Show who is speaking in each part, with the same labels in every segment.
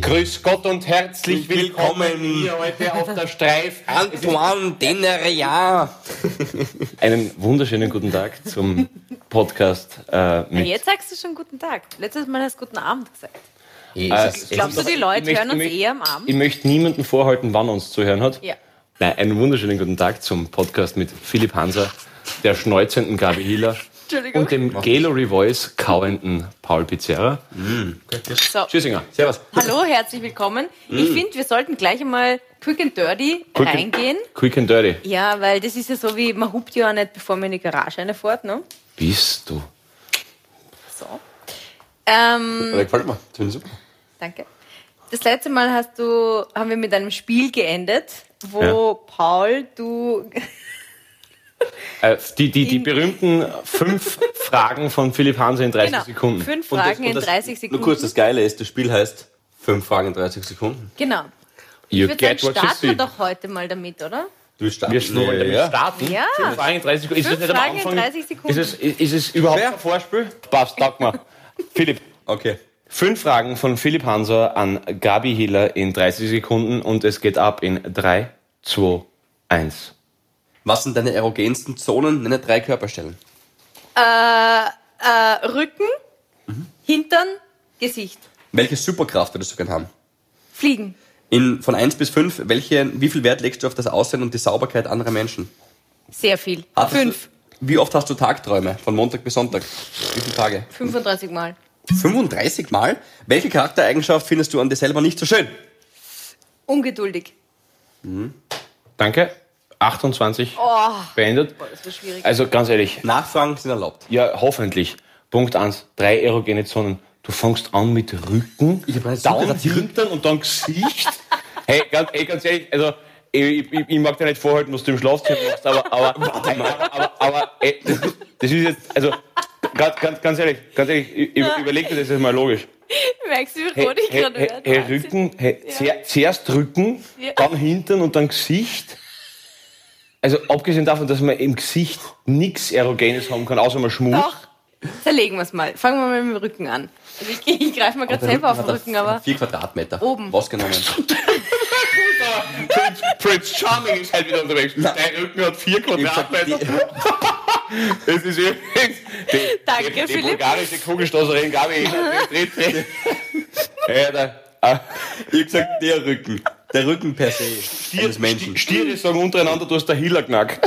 Speaker 1: Grüß Gott und herzlich willkommen,
Speaker 2: Willkommen.
Speaker 1: hier heute auf der Streif.
Speaker 2: Antoine Denneria.
Speaker 1: Einen wunderschönen guten Tag zum Podcast äh,
Speaker 3: Ja,
Speaker 1: mit.
Speaker 3: Jetzt sagst du schon guten Tag. Letztes Mal hast du guten Abend gesagt.
Speaker 2: Äh,
Speaker 1: Jesus.
Speaker 3: Glaubst du, die Leute
Speaker 1: Ich möchte-
Speaker 3: hören uns
Speaker 1: ich möchte-
Speaker 3: eher am Abend?
Speaker 1: Ich möchte niemandem vorhalten, wann er uns zu hören hat.
Speaker 3: Ja.
Speaker 1: Nein, einen wunderschönen guten Tag zum Podcast mit Philipp Hanser, der schneuzenden Gabi Hiller
Speaker 3: Entschuldigung.
Speaker 1: und dem Gallery Voice kauenden Paul Pizzerra.
Speaker 3: Mm, So.
Speaker 1: Tschüssinger.
Speaker 2: Servus.
Speaker 3: Hallo, herzlich willkommen.
Speaker 2: Mm.
Speaker 3: Ich finde, wir sollten gleich einmal quick and dirty
Speaker 1: Quick and-
Speaker 3: reingehen.
Speaker 1: Quick and dirty.
Speaker 3: Ja, weil das ist ja so wie, man hupt ja auch nicht, bevor man in die Garage reinfährt, ne?
Speaker 1: Bist du?
Speaker 3: So. Ähm,
Speaker 2: Der gefällt mir. Das finde ich super.
Speaker 3: danke. Das letzte Mal hast du, haben wir mit einem Spiel geendet, wo
Speaker 1: Ja.
Speaker 3: Paul, du
Speaker 1: Äh, die, die, die berühmten fünf Fragen von Philipp Hanser in 30
Speaker 3: genau,
Speaker 1: Sekunden.
Speaker 3: fünf
Speaker 2: Und das-
Speaker 3: Fragen
Speaker 2: und das-
Speaker 3: in 30 Sekunden.
Speaker 2: Nur kurz, das Geile ist, das Spiel heißt 5 Fragen in 30 Sekunden.
Speaker 3: Genau.
Speaker 1: You
Speaker 3: Ich würde sagen,
Speaker 1: get what you
Speaker 3: starten
Speaker 1: see.
Speaker 3: wir doch heute mal damit, oder?
Speaker 2: Du willst starten?
Speaker 1: Wir schon mal damit
Speaker 2: ja.
Speaker 1: starten.
Speaker 3: Ja.
Speaker 1: Fünf Fragen in 30 Sekunden. Ist
Speaker 3: Fünf
Speaker 1: das nicht am
Speaker 3: Fragen in
Speaker 1: Anfang?
Speaker 3: 30 Sekunden.
Speaker 1: Ist es, ist es überhaupt
Speaker 2: Schwer?
Speaker 1: ein Vorspiel? Passt, sag mal. Philipp,
Speaker 2: Okay.
Speaker 1: fünf Fragen von Philipp Hanser an Gabi Hiller in 30 Sekunden und es geht ab in 3, 2, 1.
Speaker 2: Was sind deine erogensten Zonen? Nenne drei Körperstellen.
Speaker 3: Äh, Rücken, Hintern, Gesicht.
Speaker 2: Welche Superkraft würdest du gern haben?
Speaker 3: Fliegen.
Speaker 2: In, von 1 bis 5, welche, wie viel Wert legst du auf das Aussehen und die Sauberkeit anderer Menschen?
Speaker 3: Sehr viel.
Speaker 2: Hattest
Speaker 3: Fünf.
Speaker 2: Du, wie oft hast du Tagträume? Von Montag bis Sonntag? Wie viele Tage?
Speaker 3: 35 Mal.
Speaker 2: 35 Mal? Welche Charaktereigenschaft findest du an dir selber nicht so schön?
Speaker 3: Ungeduldig.
Speaker 1: Danke. 28
Speaker 3: Oh,
Speaker 1: beendet.
Speaker 3: boah, das war schwierig.
Speaker 1: Also ganz ehrlich,
Speaker 2: Nachfragen sind erlaubt.
Speaker 1: Ja, hoffentlich. Punkt eins drei erogene Zonen. Du fängst an mit Rücken,
Speaker 2: Ich hab mir jetzt so
Speaker 1: dann
Speaker 2: gedacht, die
Speaker 1: Hintern und dann Gesicht. hey, ganz, ey, ganz ehrlich, also ich, ich, ich mag dir nicht vorhalten, was du im Schlafzimmer machst, aber, aber, aber, aber, aber ey, das, ist- das ist jetzt, also ganz, ganz, ganz ehrlich, ganz ehrlich, ü- über, überleg dir das jetzt mal logisch.
Speaker 3: Merkst du, wie
Speaker 1: Hey,
Speaker 3: rot ich
Speaker 1: hey,
Speaker 3: gerade
Speaker 1: hey,
Speaker 3: werde?
Speaker 1: hey,
Speaker 3: Wahnsinn.
Speaker 1: Rücken, hey, zer, zuerst Rücken,
Speaker 3: Ja.
Speaker 1: dann Hintern und dann Gesicht. Also abgesehen davon, dass man im Gesicht nichts Erogenes haben kann, außer man schmust.
Speaker 3: Doch. Zerlegen wir es mal. Fangen wir mal mit dem Rücken an. Also ich, ich greife mal gerade selber auf den Rücken, aber
Speaker 2: 4 Quadratmeter.
Speaker 3: Oben.
Speaker 2: Was genommen?
Speaker 1: Prince, Prince Charming ist halt wieder unterwegs. Dein Rücken hat vier Quadratmeter. Das ist übrigens die,
Speaker 3: Danke,
Speaker 1: die, die
Speaker 3: Philipp.
Speaker 1: bulgarische Kugelstoßerin Gabi. Tritt, tritt. Ja, der- ah,
Speaker 2: Ich hab gesagt, der Rücken. Der Rücken per se.
Speaker 1: Stier,
Speaker 2: Eines Menschen.
Speaker 1: Stiere sagen untereinander, du hast der Hiller knackt.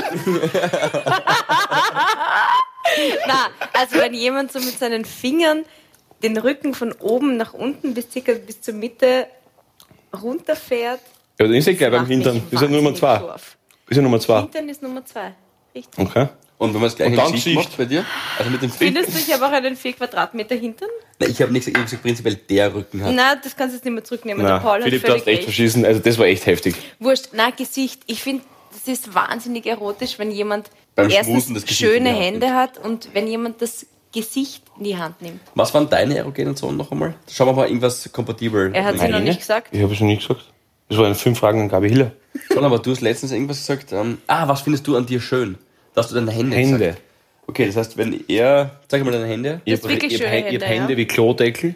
Speaker 3: na, also wenn jemand so mit seinen Fingern den Rücken von oben nach unten bis circa bis zur Mitte runterfährt,
Speaker 1: Ja, dann ist ja gleich beim
Speaker 3: macht mich
Speaker 1: Hintern. Ist ja Nummer
Speaker 3: wahnsinnig
Speaker 1: zwei.
Speaker 3: scharf. Hm.
Speaker 1: Ist ja Nummer zwei.
Speaker 3: Hintern ist Nummer zwei. Richtig.
Speaker 1: Okay.
Speaker 2: Und wenn man es gleich
Speaker 1: Und
Speaker 2: im
Speaker 1: dann
Speaker 2: Gesicht
Speaker 1: Gesicht.
Speaker 2: macht bei dir? Also mit dem
Speaker 3: Findest du, ich habe auch einen 4 Quadratmeter Hintern?
Speaker 2: Nein, Ich habe nicht gesagt, ich hab gesagt, prinzipiell der Rücken hat.
Speaker 3: Na, das kannst du jetzt nicht mehr zurücknehmen.
Speaker 1: Na,
Speaker 3: der Paul
Speaker 1: Philipp, du hast
Speaker 3: hat
Speaker 1: echt
Speaker 3: völlig recht.
Speaker 1: verschissen. Also das war echt heftig.
Speaker 3: Wurscht. Na, Gesicht. Ich finde, das ist wahnsinnig erotisch, wenn jemand
Speaker 2: Beim
Speaker 3: erstens
Speaker 2: Schmusen das Gesicht in
Speaker 3: schöne
Speaker 2: die Hand
Speaker 3: Hände hat und wenn jemand das Gesicht in die Hand nimmt.
Speaker 2: Was waren deine erogenen Zonen noch einmal? Schauen wir mal irgendwas kompatibel.
Speaker 3: Er hat sie noch
Speaker 1: Meine?
Speaker 3: nicht gesagt.
Speaker 1: Ich habe es noch nicht gesagt. Das waren fünf Fragen an Gabi Hiller.
Speaker 2: Schon, aber du hast letztens irgendwas gesagt. Ähm, ah, was findest du an dir schön? Dass du deine Hände.
Speaker 1: Hände.
Speaker 2: Gesagt. Okay, das heißt, wenn er, sag mal deine Hände.
Speaker 1: Ihr
Speaker 3: hast wirklich schöne Hände,
Speaker 1: Hände
Speaker 3: ja.
Speaker 1: wie Klodeckel.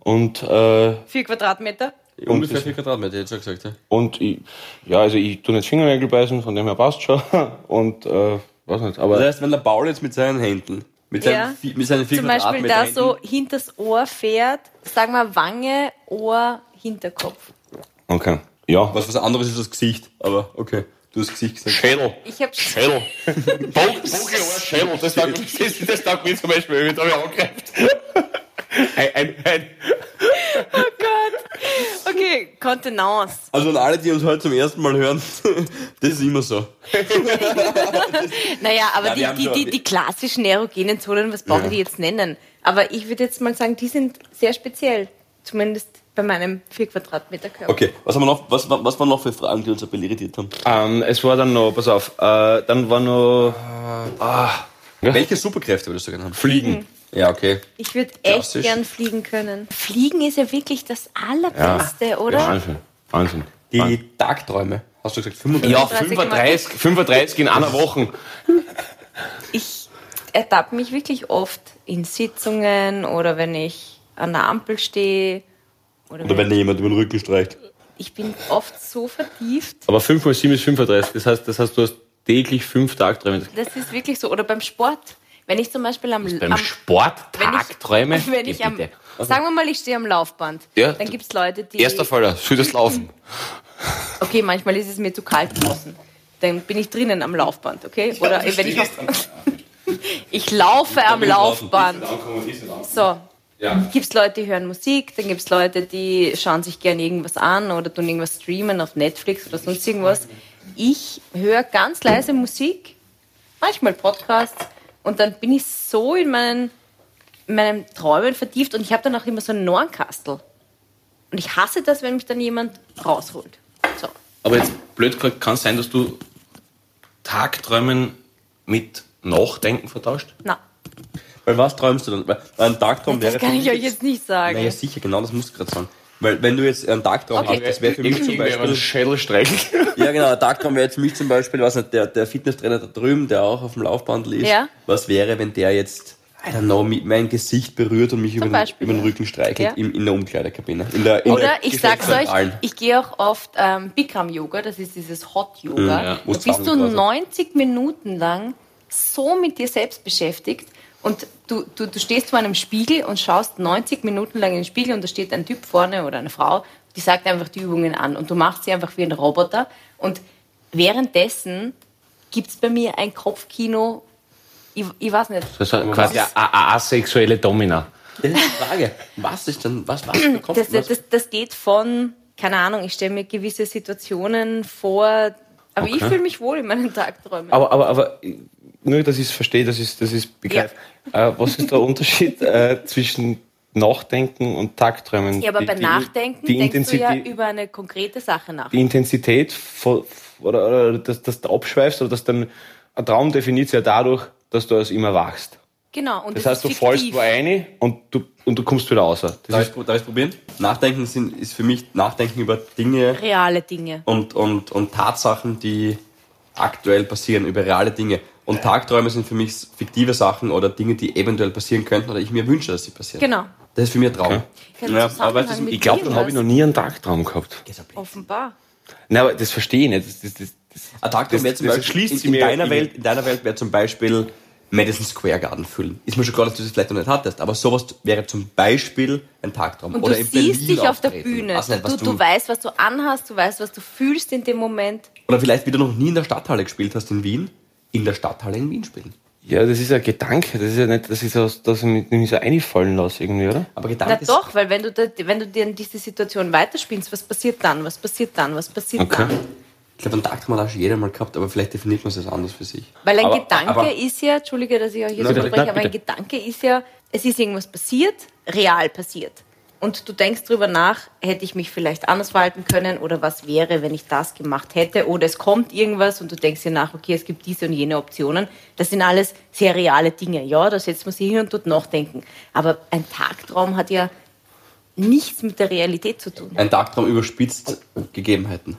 Speaker 1: Und äh,
Speaker 3: Vier Quadratmeter.
Speaker 2: Ungefähr 4 Quadratmeter, hätte ich schon gesagt.
Speaker 1: Und ich, ja, also ich tu nicht Fingernägel beißen, von dem her passt schon. Und äh, weiß nicht, aber
Speaker 2: Das heißt, wenn der Paul jetzt mit seinen Händen, mit seinen,
Speaker 3: Ja.
Speaker 2: vi- mit seinen 4
Speaker 3: Zum Beispiel
Speaker 2: Quadratmeter
Speaker 3: da so
Speaker 2: Händen,
Speaker 3: hinters Ohr fährt, sagen wir Wange, Ohr, Hinterkopf.
Speaker 1: okay. Ja.
Speaker 2: was, was anderes ist das Gesicht, aber okay, du hast Gesicht gesagt.
Speaker 1: Schädel.
Speaker 3: Ich habe
Speaker 1: Schädel. Bogelohr Schädel. Das taugt das, das taugt mir zum Beispiel, wenn ich da mich angreift. Ein, ein, ein.
Speaker 3: Okay, Kontenance.
Speaker 2: Also an alle, die uns heute zum ersten Mal hören, das ist immer so.
Speaker 3: Naja, aber
Speaker 2: Na, wir haben
Speaker 3: die, die,
Speaker 2: schon-
Speaker 3: die, die klassischen erogenen Zonen, was brauche ich die jetzt nennen? Aber ich würde jetzt mal sagen, die sind sehr speziell. Zumindest bei meinem 4 Quadratmeter Körper.
Speaker 2: Okay, was haben wir noch, was, was waren noch für Fragen, die uns ein bisschen irritiert haben?
Speaker 1: Ähm, es war dann noch, pass auf, äh, dann war noch
Speaker 2: Welche Superkräfte würdest du gerne haben? Mhm.
Speaker 1: Fliegen.
Speaker 2: Ja, okay.
Speaker 3: Ich würde echt
Speaker 2: Klassisch.
Speaker 3: gern fliegen können. Fliegen ist ja wirklich das Allerbeste,
Speaker 2: genau.
Speaker 3: oder?
Speaker 1: Wahnsinn. Wahnsinn.
Speaker 2: Die Tagträume. Hast du gesagt 35?
Speaker 1: Ja,
Speaker 3: 35,
Speaker 1: 35, 35 in einer Woche.
Speaker 3: Ich ertappe mich wirklich oft in Sitzungen oder wenn ich an der Ampel stehe Oder,
Speaker 2: Oder wenn
Speaker 3: wenn
Speaker 2: dir jemand über den Rücken streicht.
Speaker 3: ich bin oft so vertieft.
Speaker 1: Aber 5 mal 7 ist 35. Das heißt, das heißt, du hast täglich 5 Tagträume.
Speaker 3: Das ist wirklich so. Oder beim Sport. Wenn ich zum Beispiel am,
Speaker 1: Beim
Speaker 3: am
Speaker 1: Sport
Speaker 3: wenn ich-
Speaker 1: Tagträume?
Speaker 3: Wenn ich
Speaker 1: Geh
Speaker 3: am,
Speaker 1: bitte.
Speaker 3: sagen wir mal, ich stehe am Laufband.
Speaker 1: Ja,
Speaker 3: dann
Speaker 1: du-
Speaker 3: gibt es Leute, die.
Speaker 1: Erster Faller, für das Laufen.
Speaker 3: Okay, manchmal ist es mir zu kalt draußen. Dann bin ich drinnen am Laufband, okay? Oder wenn ich noch. ich laufe am Laufband. So.
Speaker 1: Ja.
Speaker 3: Gibt es Leute, die hören Musik, dann gibt es Leute, die schauen sich gerne irgendwas an oder tun irgendwas streamen auf Netflix oder sonst irgendwas. Ich höre ganz leise Musik, manchmal Podcasts und dann bin ich so in meinen, in meinen Träumen vertieft und ich habe dann auch immer so einen Nornkastel. Und ich hasse das, wenn mich dann jemand rausholt. So.
Speaker 2: Aber jetzt blöd gefragt, kann es sein, dass du
Speaker 4: Tagträumen mit Nachdenken vertauscht?
Speaker 3: Na,
Speaker 2: Weil was träumst du dann? Weil ein Tagtraum wäre.
Speaker 3: das kann ich euch jetzt nicht sagen.
Speaker 2: Naja, sicher, genau das musst du gerade sagen. Weil wenn du jetzt einen Tagtraum
Speaker 3: Okay.
Speaker 2: hast, das wäre für mich zum Beispiel.
Speaker 1: Schädel streichelt.
Speaker 2: Ja genau, ein Tagtraum wäre jetzt für mich zum Beispiel, was nicht, der, der Fitnesstrainer da drüben, der auch auf dem Laufband ist,
Speaker 3: Ja.
Speaker 2: was wäre, wenn der jetzt, I don't know, mi- mein Gesicht berührt und mich über den,
Speaker 3: Beispiel,
Speaker 2: über den
Speaker 3: ja.
Speaker 2: Rücken streichelt
Speaker 3: Ja.
Speaker 2: im, in der Umkleidekabine. In der, in
Speaker 3: Oder
Speaker 2: der
Speaker 3: ich sag's euch,
Speaker 2: geschlechtsneutralen.
Speaker 3: ich gehe auch oft ähm, Bikram Yoga, das ist dieses Hot Yoga.
Speaker 2: ja.
Speaker 3: Da bist du
Speaker 2: Quasi.
Speaker 3: 90 Minuten lang so mit dir selbst beschäftigt und du, du, du stehst vor einem Spiegel und schaust 90 Minuten lang in den Spiegel und da steht ein Typ vorne oder eine Frau, die sagt einfach die Übungen an und du machst sie einfach wie ein Roboter und währenddessen gibt's bei mir ein Kopfkino, ich, ich weiß nicht.
Speaker 1: Das ist quasi eine a- asexuelle Domina.
Speaker 2: Das ist die Frage. Was ist denn, was, was bekommt
Speaker 3: Das,
Speaker 2: was?
Speaker 3: das, das geht von, keine Ahnung, ich stelle mir gewisse Situationen vor, aber ich fühle mich wohl in meinen Tagträumen.
Speaker 1: Aber, aber, aber nur, dass ich es verstehe, dass ich dass ich's begreife. Äh, was ist der Unterschied äh, zwischen Nachdenken und Tagträumen?
Speaker 3: ja, aber
Speaker 1: Die-
Speaker 3: bei
Speaker 1: die-
Speaker 3: Nachdenken
Speaker 1: die
Speaker 3: denkst du ja
Speaker 1: Intensität-
Speaker 3: über eine konkrete Sache nach.
Speaker 1: die Intensität von, oder, oder dass, dass du abschweifst oder dass dein ein Traum definiert sich ja dadurch, dass du aus ihm erwachst.
Speaker 3: Genau. Und
Speaker 1: Das,
Speaker 3: das
Speaker 1: heißt, du
Speaker 3: ist
Speaker 1: fallst
Speaker 3: fiktiv.
Speaker 1: wo ein und du, und du kommst wieder raus. Das
Speaker 2: Darf
Speaker 1: ist,
Speaker 2: ich es probieren? Nachdenken sind, ist für mich Nachdenken über Dinge
Speaker 3: Reale Dinge.
Speaker 2: und, und, und Tatsachen, die aktuell passieren, über reale Dinge. Und Tagträume sind für mich fiktive Sachen oder Dinge, die eventuell passieren könnten oder ich mir wünsche, dass sie passieren.
Speaker 3: Genau.
Speaker 2: Das ist für mich ein Traum.
Speaker 3: Kein
Speaker 2: Ja,
Speaker 3: Zusammenhang
Speaker 2: aber es ist,
Speaker 3: mit Oh.
Speaker 2: ich glaube,
Speaker 1: dann habe ich noch nie einen Tagtraum gehabt.
Speaker 3: Offenbar.
Speaker 1: Nein, aber das verstehe ich nicht. Das, das, das, das,
Speaker 2: ein Tagtraum
Speaker 1: Das-
Speaker 2: wäre zum
Speaker 1: das
Speaker 2: Beispiel,
Speaker 1: schließt
Speaker 2: in,
Speaker 1: sie
Speaker 2: in,
Speaker 1: mir
Speaker 2: deiner
Speaker 1: in-
Speaker 2: Welt, in deiner Welt wäre zum Beispiel Madison Square Garden füllen. Ist mir schon klar, dass du das vielleicht noch nicht hattest, aber sowas wäre zum Beispiel ein Tagtraum.
Speaker 3: Und
Speaker 2: oder
Speaker 3: du
Speaker 2: in
Speaker 3: siehst
Speaker 2: Berlin
Speaker 3: dich auf der
Speaker 2: auftreten.
Speaker 3: Bühne.
Speaker 2: Weiß nicht, was
Speaker 3: du, du weißt, was du anhast, du weißt, was du fühlst in dem Moment.
Speaker 2: Oder vielleicht, wie du noch nie in der Stadthalle gespielt hast in Wien, in der Stadthalle in Wien spielen.
Speaker 1: ja, das ist ein Gedanke. Das ist ja nicht, dass ich so, dass ich mich nicht so einfallen lasse irgendwie, oder?
Speaker 2: Aber
Speaker 3: Na
Speaker 2: Gedanke
Speaker 3: doch, weil wenn du, da, wenn du dir in diese Situation weiterspielst, was passiert dann? Was passiert dann? Was passiert
Speaker 1: Okay.
Speaker 3: dann?
Speaker 2: ich glaube, einen Tagtraum hat auch schon jeder mal gehabt, aber vielleicht definiert man es anders für sich.
Speaker 3: Weil ein
Speaker 1: Aber-
Speaker 3: Gedanke
Speaker 1: aber-
Speaker 3: ist ja, Entschuldige, dass ich euch jetzt
Speaker 1: Nein,
Speaker 3: unterbreche,
Speaker 1: nein,
Speaker 3: aber ein
Speaker 1: bitte.
Speaker 3: Gedanke ist ja, es ist irgendwas passiert, real passiert. Und du denkst drüber nach, hätte ich mich vielleicht anders verhalten können oder was wäre, wenn ich das gemacht hätte oder es kommt irgendwas und du denkst dir nach, okay, es gibt diese und jene Optionen. Das sind alles sehr reale Dinge. Ja, da setzt man sich hin und tut nachdenken. Aber ein Tagtraum hat ja nichts mit der Realität zu tun.
Speaker 2: Ein Tagtraum überspitzt Gegebenheiten.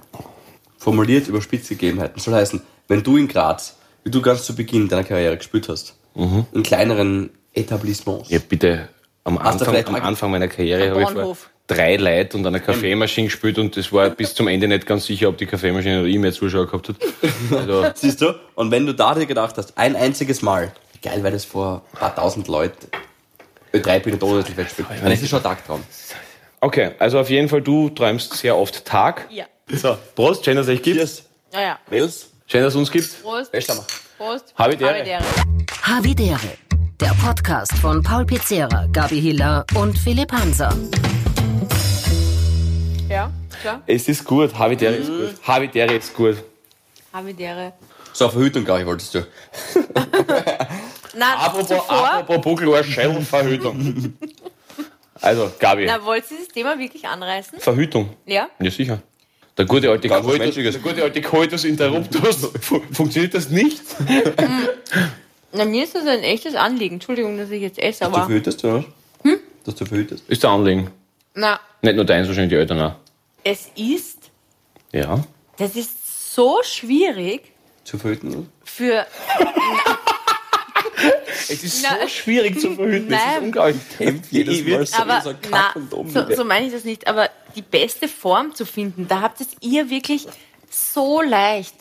Speaker 2: Formuliert überspitzt Gegebenheiten. Soll heißen, wenn du in Graz, wie du ganz zu Beginn deiner Karriere gespielt hast, in kleineren Etablissements,
Speaker 1: Ja, bitte. Am
Speaker 2: Hast du
Speaker 1: Anfang,
Speaker 2: vielleicht
Speaker 1: am
Speaker 2: auch-
Speaker 1: Anfang meiner Karriere
Speaker 3: Am
Speaker 1: habe ich vor
Speaker 3: Bahnhof. Ähm.
Speaker 1: drei Leute und einer Kaffeemaschine gespielt und das war bis zum Ende nicht ganz sicher, ob die Kaffeemaschine oder ich mehr Zuschauer gehabt hat. Also,
Speaker 2: siehst du, und wenn du da dir gedacht hast, ein einziges Mal, geil, weil das vor ein paar tausend äh, Leuten Ö3 Bühne Donauwörth wegspielt, dann ist es schon ein Tagtraum.
Speaker 1: okay, also auf jeden Fall, du träumst sehr oft Tag.
Speaker 3: Ja.
Speaker 1: So, Prost, schön, dass es euch gibt.
Speaker 2: Cheers.
Speaker 3: Naja,
Speaker 2: Mädels,
Speaker 1: Schön, dass es uns gibt.
Speaker 3: Prost.
Speaker 2: Wäschlammer.
Speaker 3: Prost.
Speaker 1: Habidere.
Speaker 5: Havidere, der Podcast von Paul Pizzera, Gabi Hiller und Philipp Hanser.
Speaker 3: Ja, klar.
Speaker 1: Es ist gut, Habitäre ist gut. Habitäre ist gut.
Speaker 3: Habidere.
Speaker 2: So, Verhütung, glaube ich, wolltest du.
Speaker 3: Na,
Speaker 1: Apropos,
Speaker 3: zuvor,
Speaker 1: apropos Buckelohr, Schädelverhütung. also, Gabi,
Speaker 3: na, wollt ihr das Thema wirklich anreißen?
Speaker 1: Verhütung.
Speaker 3: Ja?
Speaker 1: Ja, sicher. Der gute alte
Speaker 2: Ganz was
Speaker 1: Coitus,
Speaker 2: Menschliches.
Speaker 1: der gute alte Coitus Interruptus, fu- funktioniert das nicht?
Speaker 3: Na, mir ist das ein echtes Anliegen. Entschuldigung, dass ich jetzt esse,
Speaker 2: Du
Speaker 3: aber.
Speaker 2: verhütest, oder? Hm? Dass du verhütest.
Speaker 1: Ist der Anliegen.
Speaker 3: Na,
Speaker 1: Nicht nur deins, wahrscheinlich die Eltern auch.
Speaker 3: es ist.
Speaker 1: Ja.
Speaker 3: Das ist so schwierig
Speaker 2: Zu verhüten, oder?
Speaker 3: für.
Speaker 1: Es ist
Speaker 3: Na,
Speaker 1: so schwierig zu verhüten. Es ist
Speaker 3: nein.
Speaker 1: unglaublich. Hemd jedes Mal so.
Speaker 3: aber
Speaker 2: so ein
Speaker 3: na,
Speaker 2: Kackkondom
Speaker 3: so,
Speaker 2: wieder.
Speaker 3: so meine ich das nicht. Aber die beste Form zu finden, da habt es ihr wirklich so leicht.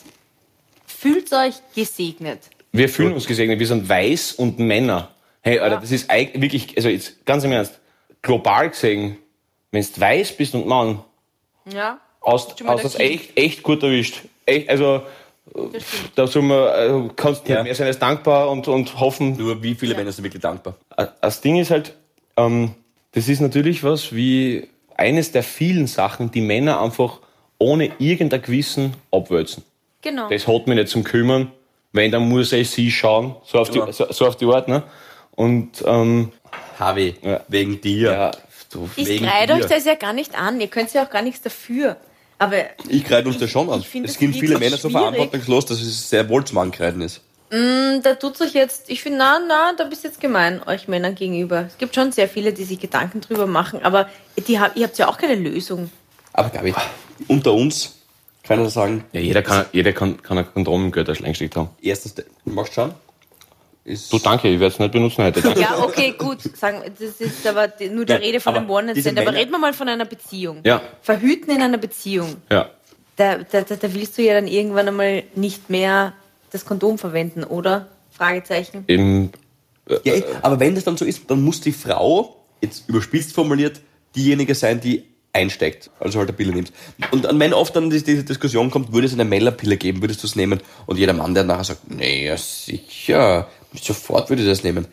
Speaker 3: Fühlt euch gesegnet.
Speaker 1: Wir fühlen uns gesegnet. Wir sind weiß und Männer. Hey, Alter, das ist eig- wirklich, also jetzt ganz im Ernst, global gesehen, wenn du weiß bist und Mann,
Speaker 3: Ja.
Speaker 1: aus,
Speaker 3: Schon mal
Speaker 1: aus das
Speaker 3: der King.
Speaker 1: echt, echt gut erwischt. Echt, also, da soll man, also, kannst
Speaker 2: Ja.
Speaker 1: nicht mehr sein als dankbar und, und hoffen.
Speaker 2: Nur wie viele Männer sind wirklich dankbar?
Speaker 1: Das Ding ist halt, ähm, das ist natürlich was wie eines der vielen Sachen, die Männer einfach ohne irgendein Gewissen abwälzen.
Speaker 3: Genau.
Speaker 1: das hat mich nicht zum Kümmern. Wenn, dann muss ich sie schauen, so auf die,
Speaker 2: Ja.
Speaker 1: so, so auf die Art. Ne? Und ähm,
Speaker 2: Harvey,
Speaker 1: Ja.
Speaker 2: wegen dir.
Speaker 1: ja,
Speaker 2: Du,
Speaker 3: ich
Speaker 2: wegen
Speaker 3: kreide
Speaker 2: dir.
Speaker 3: euch das ja gar nicht an. Ihr könnt ja auch gar nichts dafür. Aber
Speaker 2: Ich kreide uns das schon an.
Speaker 3: ich find
Speaker 2: Es
Speaker 3: das
Speaker 2: gibt viele
Speaker 3: wirklich
Speaker 2: Männer so
Speaker 3: schwierig.
Speaker 2: verantwortungslos, dass es sehr wohl zum Ankreiden ist.
Speaker 3: da tut euch jetzt, ich finde, na, na, da bist jetzt gemein, euch Männern gegenüber. Es gibt schon sehr viele, die sich Gedanken drüber machen, aber die hab, ihr habt ja auch keine Lösung.
Speaker 2: Aber Gabi, unter uns kann ich sagen,
Speaker 1: ja, jeder kann, jeder kann, kann ein Kondom im Gürtel eingesteckt haben.
Speaker 2: erstens, machst du schauen? Ist
Speaker 1: Du, danke, ich werde es nicht benutzen heute. Danke.
Speaker 3: Ja, okay, gut. Sagen, wir, das ist aber die- nur die
Speaker 2: Nein,
Speaker 3: Rede von
Speaker 2: aber
Speaker 3: einem One-Night-Stand.
Speaker 2: diese
Speaker 3: Aber
Speaker 2: Männer-
Speaker 3: reden wir mal von einer Beziehung.
Speaker 1: Ja.
Speaker 3: Verhüten in einer Beziehung.
Speaker 1: ja.
Speaker 3: Da, da, da, da willst du ja dann irgendwann einmal nicht mehr das Kondom verwenden, oder? Fragezeichen.
Speaker 1: Eben,
Speaker 2: ja, eh, aber wenn das dann so ist, dann muss die Frau, jetzt überspitzt formuliert, diejenige sein, die einsteckt, also halt eine Pille nimmt. Und an wenn oft dann diese diese Diskussion kommt, würde es eine Männerpille geben, würdest du es nehmen? Und jeder Mann, der nachher sagt, nee, ja sicher, sofort würde ich das nehmen.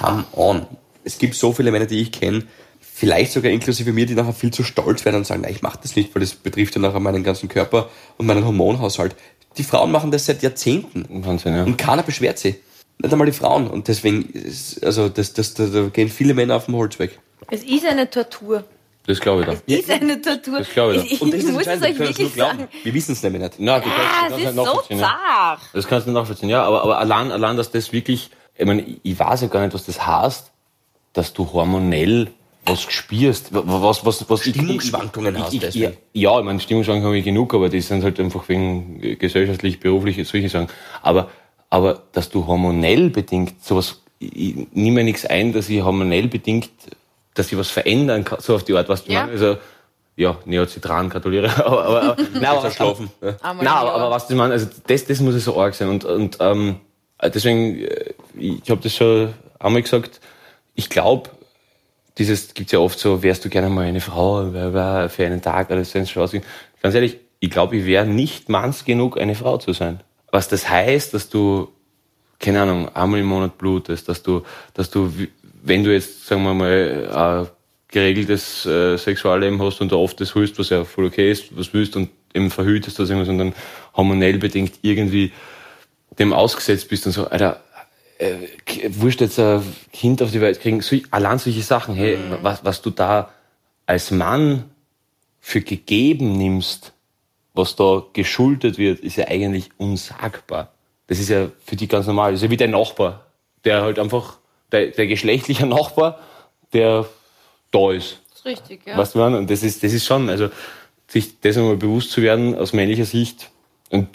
Speaker 2: Come on. Es gibt so viele Männer, die ich kenne, vielleicht sogar inklusive mir, die nachher viel zu stolz werden und sagen, nein, ich mache das nicht, weil das betrifft ja nachher meinen ganzen Körper und meinen Hormonhaushalt. Die Frauen machen das seit Jahrzehnten.
Speaker 1: Wahnsinn, ja.
Speaker 2: Und keiner beschwert sich. Nicht einmal die Frauen. Und deswegen, ist, also das, das, da, da gehen viele Männer auf dem Holz weg.
Speaker 3: Es ist eine Tortur.
Speaker 1: das glaube ich da.
Speaker 3: Es ist eine Tortur.
Speaker 1: Das glaube ich doch.
Speaker 3: ich ich muss es euch wirklich sagen.
Speaker 2: Wir wissen es nämlich nicht.
Speaker 1: Nein, du
Speaker 3: Ah,
Speaker 1: kannst, du kannst
Speaker 3: es
Speaker 1: nicht
Speaker 3: ist so
Speaker 1: halt nachvollziehen, ne? ja.
Speaker 3: zart.
Speaker 1: Das kannst du nicht nachvollziehen, ja. Aber, aber allein, allein, dass das wirklich, ich meine, ich- ich weiß ja gar nicht, was das heißt, dass du hormonell was spürst. wa- wa- Was, was, was, ich-
Speaker 2: Stimmungsschwankungen hast
Speaker 1: ich, ich, ja,
Speaker 2: deswegen.
Speaker 1: ja, ich meine, Stimmungsschwankungen habe ich genug, aber die sind halt einfach wegen äh, gesellschaftlich, beruflich, solche Sachen. Aber, aber dass du hormonell bedingt sowas, ich, ich nehme mir nichts ein, dass ich hormonell bedingt, dass ich was verändern kann, so auf die Art, was du
Speaker 3: Ja.
Speaker 1: meinst. Also, ja, Neozitran, gratuliere. aber, aber, aber, nein, aber,
Speaker 2: Schlafen. Ja.
Speaker 3: Einmal
Speaker 1: Nein,
Speaker 3: im
Speaker 1: aber,
Speaker 3: Jahr.
Speaker 1: aber was du meinst, also das, das muss ja so arg sein. Und, und ähm, deswegen, äh, ich habe das schon einmal gesagt, ich glaube, dieses gibt's ja oft so, wärst du gerne mal eine Frau bla, bla, für einen Tag oder so schon aussehen. Ganz ehrlich, ich glaube, ich wäre nicht manns genug, eine Frau zu sein. Was das heißt, dass du, keine Ahnung, einmal im Monat blutest, dass du, dass du, w- wenn du jetzt, sagen wir mal, äh, ein geregeltes äh, Sexualleben hast und da oft das holst, was ja voll okay ist, was willst und eben verhütest das irgendwas und dann hormonell bedingt irgendwie dem ausgesetzt bist und so, Alter, äh, K- wurscht jetzt ein Kind auf die Welt kriegen, so, allein solche Sachen, hey,
Speaker 3: Mhm.
Speaker 1: was, was du da als Mann für gegeben nimmst, was da geschuldet wird, ist ja eigentlich unsagbar. Das ist ja für die ganz normal. Das ist ja wie dein Nachbar, der halt einfach, der, der geschlechtliche Nachbar, der da ist.
Speaker 3: Das ist richtig, ja.
Speaker 1: Weißt du, man, und das ist, das ist schon, also, sich das einmal bewusst zu werden, aus männlicher Sicht, und,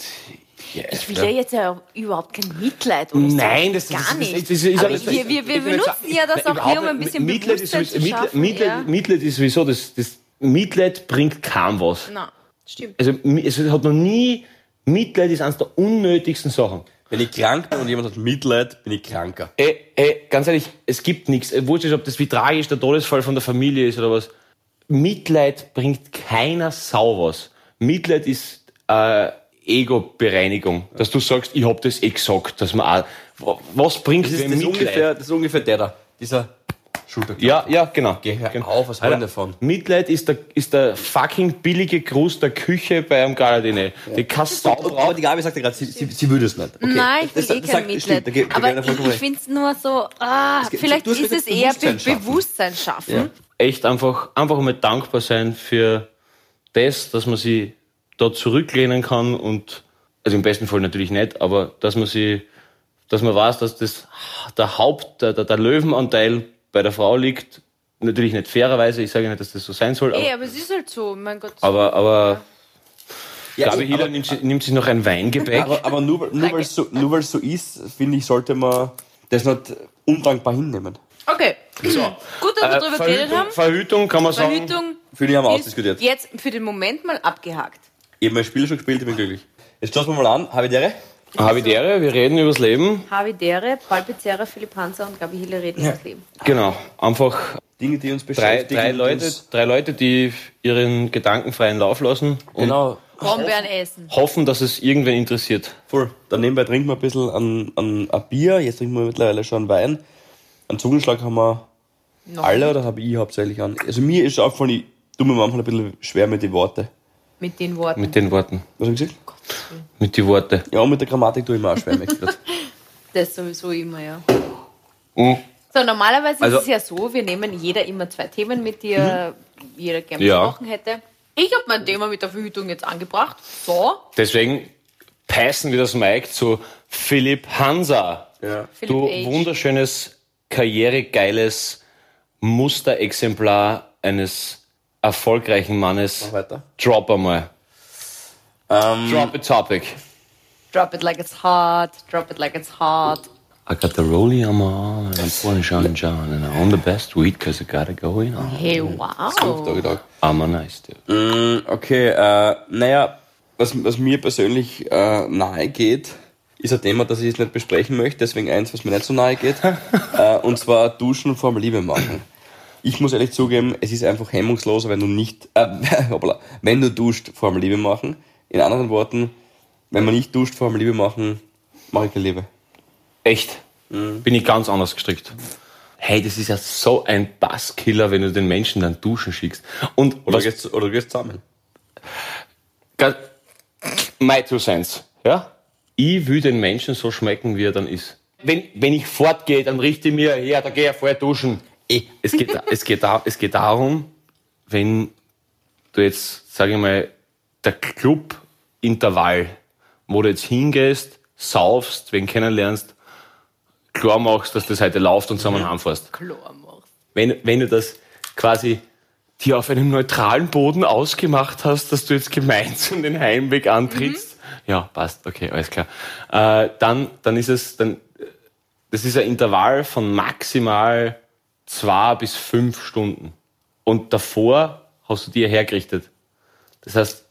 Speaker 1: ja,
Speaker 3: Ich will ja. jetzt ja auch überhaupt kein Mitleid oder so.
Speaker 1: Nein, das
Speaker 3: gar
Speaker 1: das,
Speaker 3: nicht.
Speaker 1: Das, das, das, das,
Speaker 3: Aber
Speaker 1: das,
Speaker 3: wir, wir, wir
Speaker 1: ich will nicht
Speaker 3: benutzen
Speaker 1: sagen-
Speaker 3: ja das
Speaker 1: Nein,
Speaker 3: auch hier, um
Speaker 1: überhaupt
Speaker 3: ein
Speaker 1: nicht.
Speaker 3: bisschen
Speaker 1: Mitleid ist
Speaker 3: Bewusstsein
Speaker 1: sowieso-
Speaker 3: zu schaffen.
Speaker 1: Mitleid,
Speaker 3: ja.
Speaker 1: Mitleid ist sowieso, das, das Mitleid bringt kaum was.
Speaker 3: Na, stimmt.
Speaker 1: Also mi- es hat noch nie, Mitleid ist eines der unnötigsten Sachen.
Speaker 2: Wenn ich krank bin und jemand hat Mitleid, bin ich kranker.
Speaker 1: Ey, ey, ganz ehrlich, es gibt nichts. Äh, Wurscht ist, ob das wie tragisch der Todesfall von der Familie ist oder was. Mitleid bringt keiner Sau was. Mitleid ist äh, Ego-Bereinigung. Dass du sagst, ich hab das eh gesagt, dass man auch, Wa- was bringt
Speaker 2: Das ist,
Speaker 1: denn
Speaker 2: das ist,
Speaker 1: Mitleid?
Speaker 2: ungefähr, das ist ungefähr der da. Dieser Schulter.
Speaker 1: Ja, ja, genau.
Speaker 2: Geh, hör
Speaker 1: genau.
Speaker 2: auf, was wollen
Speaker 1: Alter,
Speaker 2: davon?
Speaker 1: Mitleid ist der, ist der fucking billige Gruß der Küche bei einem Galadine. Die kannst du
Speaker 2: Aber aber die Gabi sagte gerade, sie, sie, sie würde es nicht. Okay.
Speaker 3: Nein, ich will
Speaker 2: Das-
Speaker 3: eh
Speaker 2: das
Speaker 3: kein
Speaker 2: sagt-
Speaker 3: Mitleid.
Speaker 2: stimmt, da geht- da geht
Speaker 3: aber
Speaker 2: einer
Speaker 3: ich,
Speaker 2: vollkommen
Speaker 3: ich
Speaker 2: recht.
Speaker 3: finde es nur so, ah,
Speaker 2: geht-
Speaker 3: vielleicht
Speaker 2: du hast
Speaker 3: ist es
Speaker 2: gesagt,
Speaker 3: eher Be
Speaker 2: Bewusstsein schaffen.
Speaker 3: Bewusstsein schaffen.
Speaker 1: echt einfach, einfach mal dankbar sein für das, dass man sie da zurücklehnen kann und, also im besten Fall natürlich nicht, aber dass man sie, dass man weiß, dass das der Haupt, der, der, der Löwenanteil bei der Frau liegt. Natürlich nicht fairerweise, ich sage nicht, dass das so sein soll,
Speaker 3: Ey,
Speaker 1: aber,
Speaker 3: aber es ist halt so, mein Gott.
Speaker 1: aber, aber
Speaker 2: Ja, also,
Speaker 1: Gabi Hiller
Speaker 2: aber,
Speaker 1: nimmt, sich- nimmt sich noch ein Weingebäck.
Speaker 2: aber, aber nur, weil- nur weil es so, nur weil es so ist, finde ich, sollte man das nicht undankbar hinnehmen.
Speaker 3: Okay. Gut, dass wir
Speaker 1: Äh,
Speaker 3: darüber geredet
Speaker 1: Verhütung,
Speaker 3: haben.
Speaker 1: Verhütung kann man sagen.
Speaker 3: Verhütung
Speaker 2: Finde ich haben wir
Speaker 3: ist
Speaker 2: ausdiskutiert.
Speaker 3: jetzt für den Moment mal abgehakt.
Speaker 2: Ich habe mein Spiel schon gespielt, ich bin glücklich. Jetzt stoßen wir mal an, Habitäre.
Speaker 1: Habitäre, wir reden übers Leben.
Speaker 3: Havidere, Paul Pizzerra, Philipp Hanser und Gabi Hille reden ja. das Leben.
Speaker 1: Genau. Einfach
Speaker 2: Dinge, die uns
Speaker 1: drei,
Speaker 2: beschäftigen.
Speaker 1: drei,
Speaker 2: die
Speaker 1: Leute,
Speaker 2: uns-
Speaker 1: drei Leute, die ihren Gedanken freien Lauf lassen und
Speaker 2: Genau,
Speaker 3: Brombeeren essen.
Speaker 1: hoffen, dass es irgendwen interessiert.
Speaker 2: voll. Dann nebenbei trinken wir ein bisschen an, an ein Bier, jetzt trinken wir mittlerweile schon Wein. Einen Zungenschlag haben wir
Speaker 3: Noch
Speaker 2: alle oder habe ich hauptsächlich an? Also mir ist aufgefallen, ich tue mir manchmal ein bisschen schwer mit den Worten.
Speaker 3: Mit den Worten.
Speaker 1: Mit den Worten.
Speaker 2: Was hab ich gesagt?
Speaker 1: Mit den Worten.
Speaker 2: Ja, mit der Grammatik tue ich mir auch schwer, merke ich grad.
Speaker 3: Das sowieso immer, ja.
Speaker 1: Mhm.
Speaker 3: So, normalerweise
Speaker 1: Also-
Speaker 3: ist es ja so, wir nehmen jeder immer zwei Themen mit, die er- jeder gerne
Speaker 1: Mhm. Ja.
Speaker 3: besprochen hätte. Ich habe mein Thema mit der Verhütung jetzt angebracht. So,
Speaker 1: Deswegen passen wir das Mike zu Philipp Hansa.
Speaker 3: Philipp
Speaker 1: Du
Speaker 3: H.
Speaker 1: wunderschönes, karrieregeiles Musterexemplar eines erfolgreichen Mannes.
Speaker 2: Mach weiter.
Speaker 1: Drop einmal.
Speaker 2: Ähm,
Speaker 1: Drop a topic.
Speaker 3: Drop it like it's hot, drop it like it's hot.
Speaker 1: I got the rollie on my arm and I'm pouring Sean John and I own the best weed because I gotta go in on.
Speaker 3: Hey, wow.
Speaker 2: Doggy Dog.
Speaker 1: I'm a nice dude.
Speaker 2: Mm, Okay, äh, naja, was, was mir persönlich äh, nahe geht, ist ein Thema, das ich jetzt nicht besprechen möchte, deswegen eins, was mir nicht so nahe geht, äh, und zwar Duschen vorm Liebe machen. Ich muss ehrlich zugeben, es ist einfach hemmungsloser, wenn du nicht, äh, hoppala, wenn du duscht vorm Liebe machen. In anderen Worten, wenn man nicht duscht vorm Liebe machen, mache ich keine Liebe.
Speaker 1: Echt? Bin ich ganz anders gestrickt. Hey, das ist ja so ein Basskiller, wenn du den Menschen dann duschen schickst. Und
Speaker 2: Oder,
Speaker 1: was,
Speaker 2: gehst, oder gehst zusammen.
Speaker 1: Ga- My two cents. Ja? Ich will den Menschen so schmecken, wie er dann ist. Wenn, wenn ich fortgehe, dann richte ich mir her, da gehe ich vorher duschen. Es geht, es, geht, da- es geht darum, wenn du jetzt, sage ich mal, der Club-Intervall, wo du jetzt hingehst, saufst, wen kennenlernst, klar machst, dass das heute läuft und zusammen heimfährst.
Speaker 3: Chlor machst.
Speaker 1: Wenn, wenn du das quasi dir auf einem neutralen Boden ausgemacht hast, dass du jetzt gemeinsam den Heimweg antrittst, ja, passt, okay, alles klar. Äh, dann, dann ist es, dann, äh, das ist ein Intervall von maximal zwei bis fünf Stunden. Und davor hast du dir hergerichtet. Das heißt,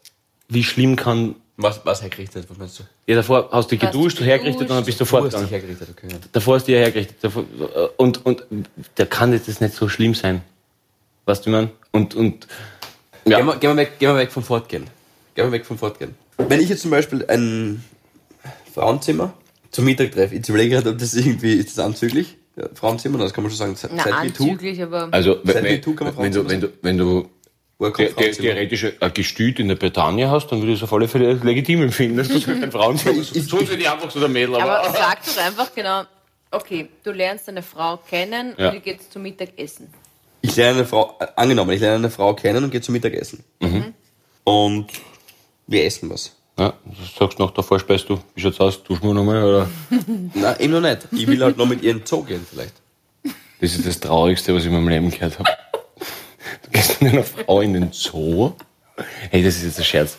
Speaker 1: wie schlimm kann,
Speaker 2: Was, was hergerichtet, was meinst du?
Speaker 1: ja, davor hast du dich
Speaker 3: Hast du
Speaker 1: geduscht, hergerichtet
Speaker 3: geduscht.
Speaker 1: und dann bist du
Speaker 2: Du hast dich
Speaker 1: fortgegangen.
Speaker 2: hergerichtet, okay.
Speaker 1: Davor hast du ja hergerichtet. Davor, äh, und, und da kann jetzt das nicht so schlimm sein. Weißt du, wie man? Und, und
Speaker 2: Gehen, wir, gehen, wir weg, gehen wir weg vom Fortgehen. Gehen wir weg vom Fortgehen. Wenn ich jetzt zum Beispiel ein Frauenzimmer zum Mittag treffe, ich überlege gerade, ob das irgendwie, ist das anzüglich? Ja, Frauenzimmer, das kann man schon sagen, seit,
Speaker 3: Na,
Speaker 2: seit MeToo.
Speaker 3: anzüglich, aber
Speaker 1: also,
Speaker 2: Seit MeToo kann man
Speaker 1: wenn du, wenn du, wenn du
Speaker 2: Woher kommt
Speaker 1: the- the-
Speaker 2: Frauenzimmer?
Speaker 1: theoretisch ein Gestüt in der Bretagne hast, dann würde ich es auf alle Fälle als legitim empfinden, dass du so ein Frauenzimmer
Speaker 2: Ich- ich-
Speaker 1: so für die einfach so der Mädel, aber,
Speaker 3: Aber sag doch einfach genau, okay, du lernst eine Frau kennen
Speaker 1: Ja.
Speaker 3: und ihr geht zum Mittagessen.
Speaker 2: Ich lerne eine Frau, äh, angenommen, ich lerne eine Frau kennen und gehe zum Mittagessen.
Speaker 3: Mhm.
Speaker 2: Und wir essen was.
Speaker 1: ja, sagst nach der Vorspeise, du, wie schaut's aus, duschen wir nochmal, oder?
Speaker 2: Na, eben noch nicht. Ich will halt noch mit ihr in den Zoo gehen, vielleicht.
Speaker 1: Das ist das Traurigste, was ich in meinem Leben gehört habe. Du gehst mit einer Frau in den Zoo? Hey, das ist jetzt ein Scherz.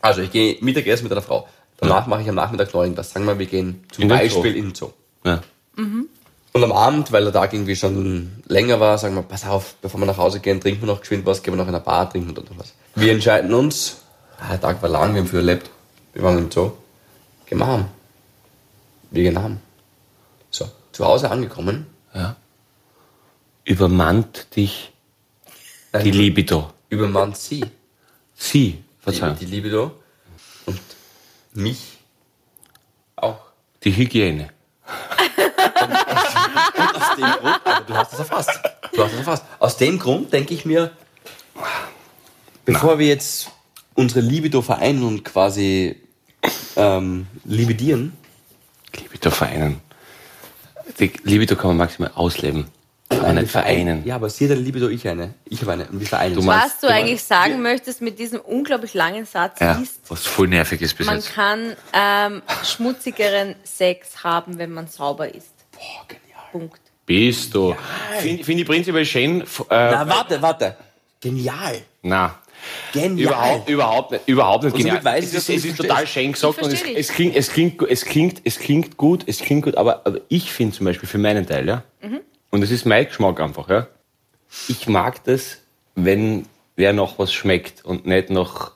Speaker 2: Also, ich gehe Mittagessen mit einer Frau. Danach mache ich am Nachmittag noch irgendwas. Sagen wir, mal, wir gehen zum
Speaker 1: In den Zoo.
Speaker 2: Beispiel in den Zoo.
Speaker 1: Ja.
Speaker 2: Und am Abend, weil der Tag irgendwie schon länger war, sagen wir, pass auf, bevor wir nach Hause gehen, trinken wir noch geschwind was, gehen wir noch in eine Bar, trinken wir dort noch was. Wir entscheiden uns, ah, der Tag war lang, wir haben viel erlebt, wir waren im Zoo, gehen wir heim. Wir gehen heim. So, zu Hause angekommen,
Speaker 1: übermannt dich
Speaker 2: Nein,
Speaker 1: die Libido.
Speaker 2: übermannt sie,
Speaker 1: Sie,
Speaker 2: die,
Speaker 1: Verzeihung.
Speaker 2: die Libido, und mich auch.
Speaker 1: Die Hygiene.
Speaker 2: Aus dem Grund, aber du hast es erfasst. Du hast es erfasst. Aus dem Grund denke ich mir, bevor wir jetzt unsere Libido vereinen und quasi ähm, libidieren,
Speaker 1: Libido vereinen. Die Libido kann man maximal ausleben, aber nicht vereinen.
Speaker 2: Ja, aber sie hat eine Libido, ich eine. Ich habe eine. Und wir vereinen. uns.
Speaker 1: meinst-
Speaker 3: Was du eigentlich sagen möchtest mit diesem unglaublich langen Satz
Speaker 1: Ja,
Speaker 3: ist,
Speaker 1: was voll nervig ist bis
Speaker 3: man
Speaker 1: jetzt.
Speaker 3: kann ähm, schmutzigeren Sex haben, wenn man sauber ist.
Speaker 2: Boah, genial.
Speaker 3: Punkt.
Speaker 1: Bist du. Finde find ich prinzipiell schön. f- Äh,
Speaker 2: Na, warte, warte. Genial.
Speaker 1: na.
Speaker 2: Genial.
Speaker 1: Überhaupt, überhaupt nicht, überhaupt nicht
Speaker 2: Und somit
Speaker 1: genial.
Speaker 2: weiß ich,
Speaker 1: es ist,
Speaker 2: dass du
Speaker 1: es
Speaker 2: es
Speaker 1: ist
Speaker 2: verstehst.
Speaker 1: total schön gesagt
Speaker 3: Ich
Speaker 1: und es,
Speaker 3: versteh
Speaker 1: es, klingt, es, klingt, gu- es, klingt, es klingt gut, es klingt gut, aber, aber ich finde zum Beispiel für meinen Teil, ja, und es ist mein Geschmack einfach, ja, ich mag das, wenn wer noch was schmeckt und nicht noch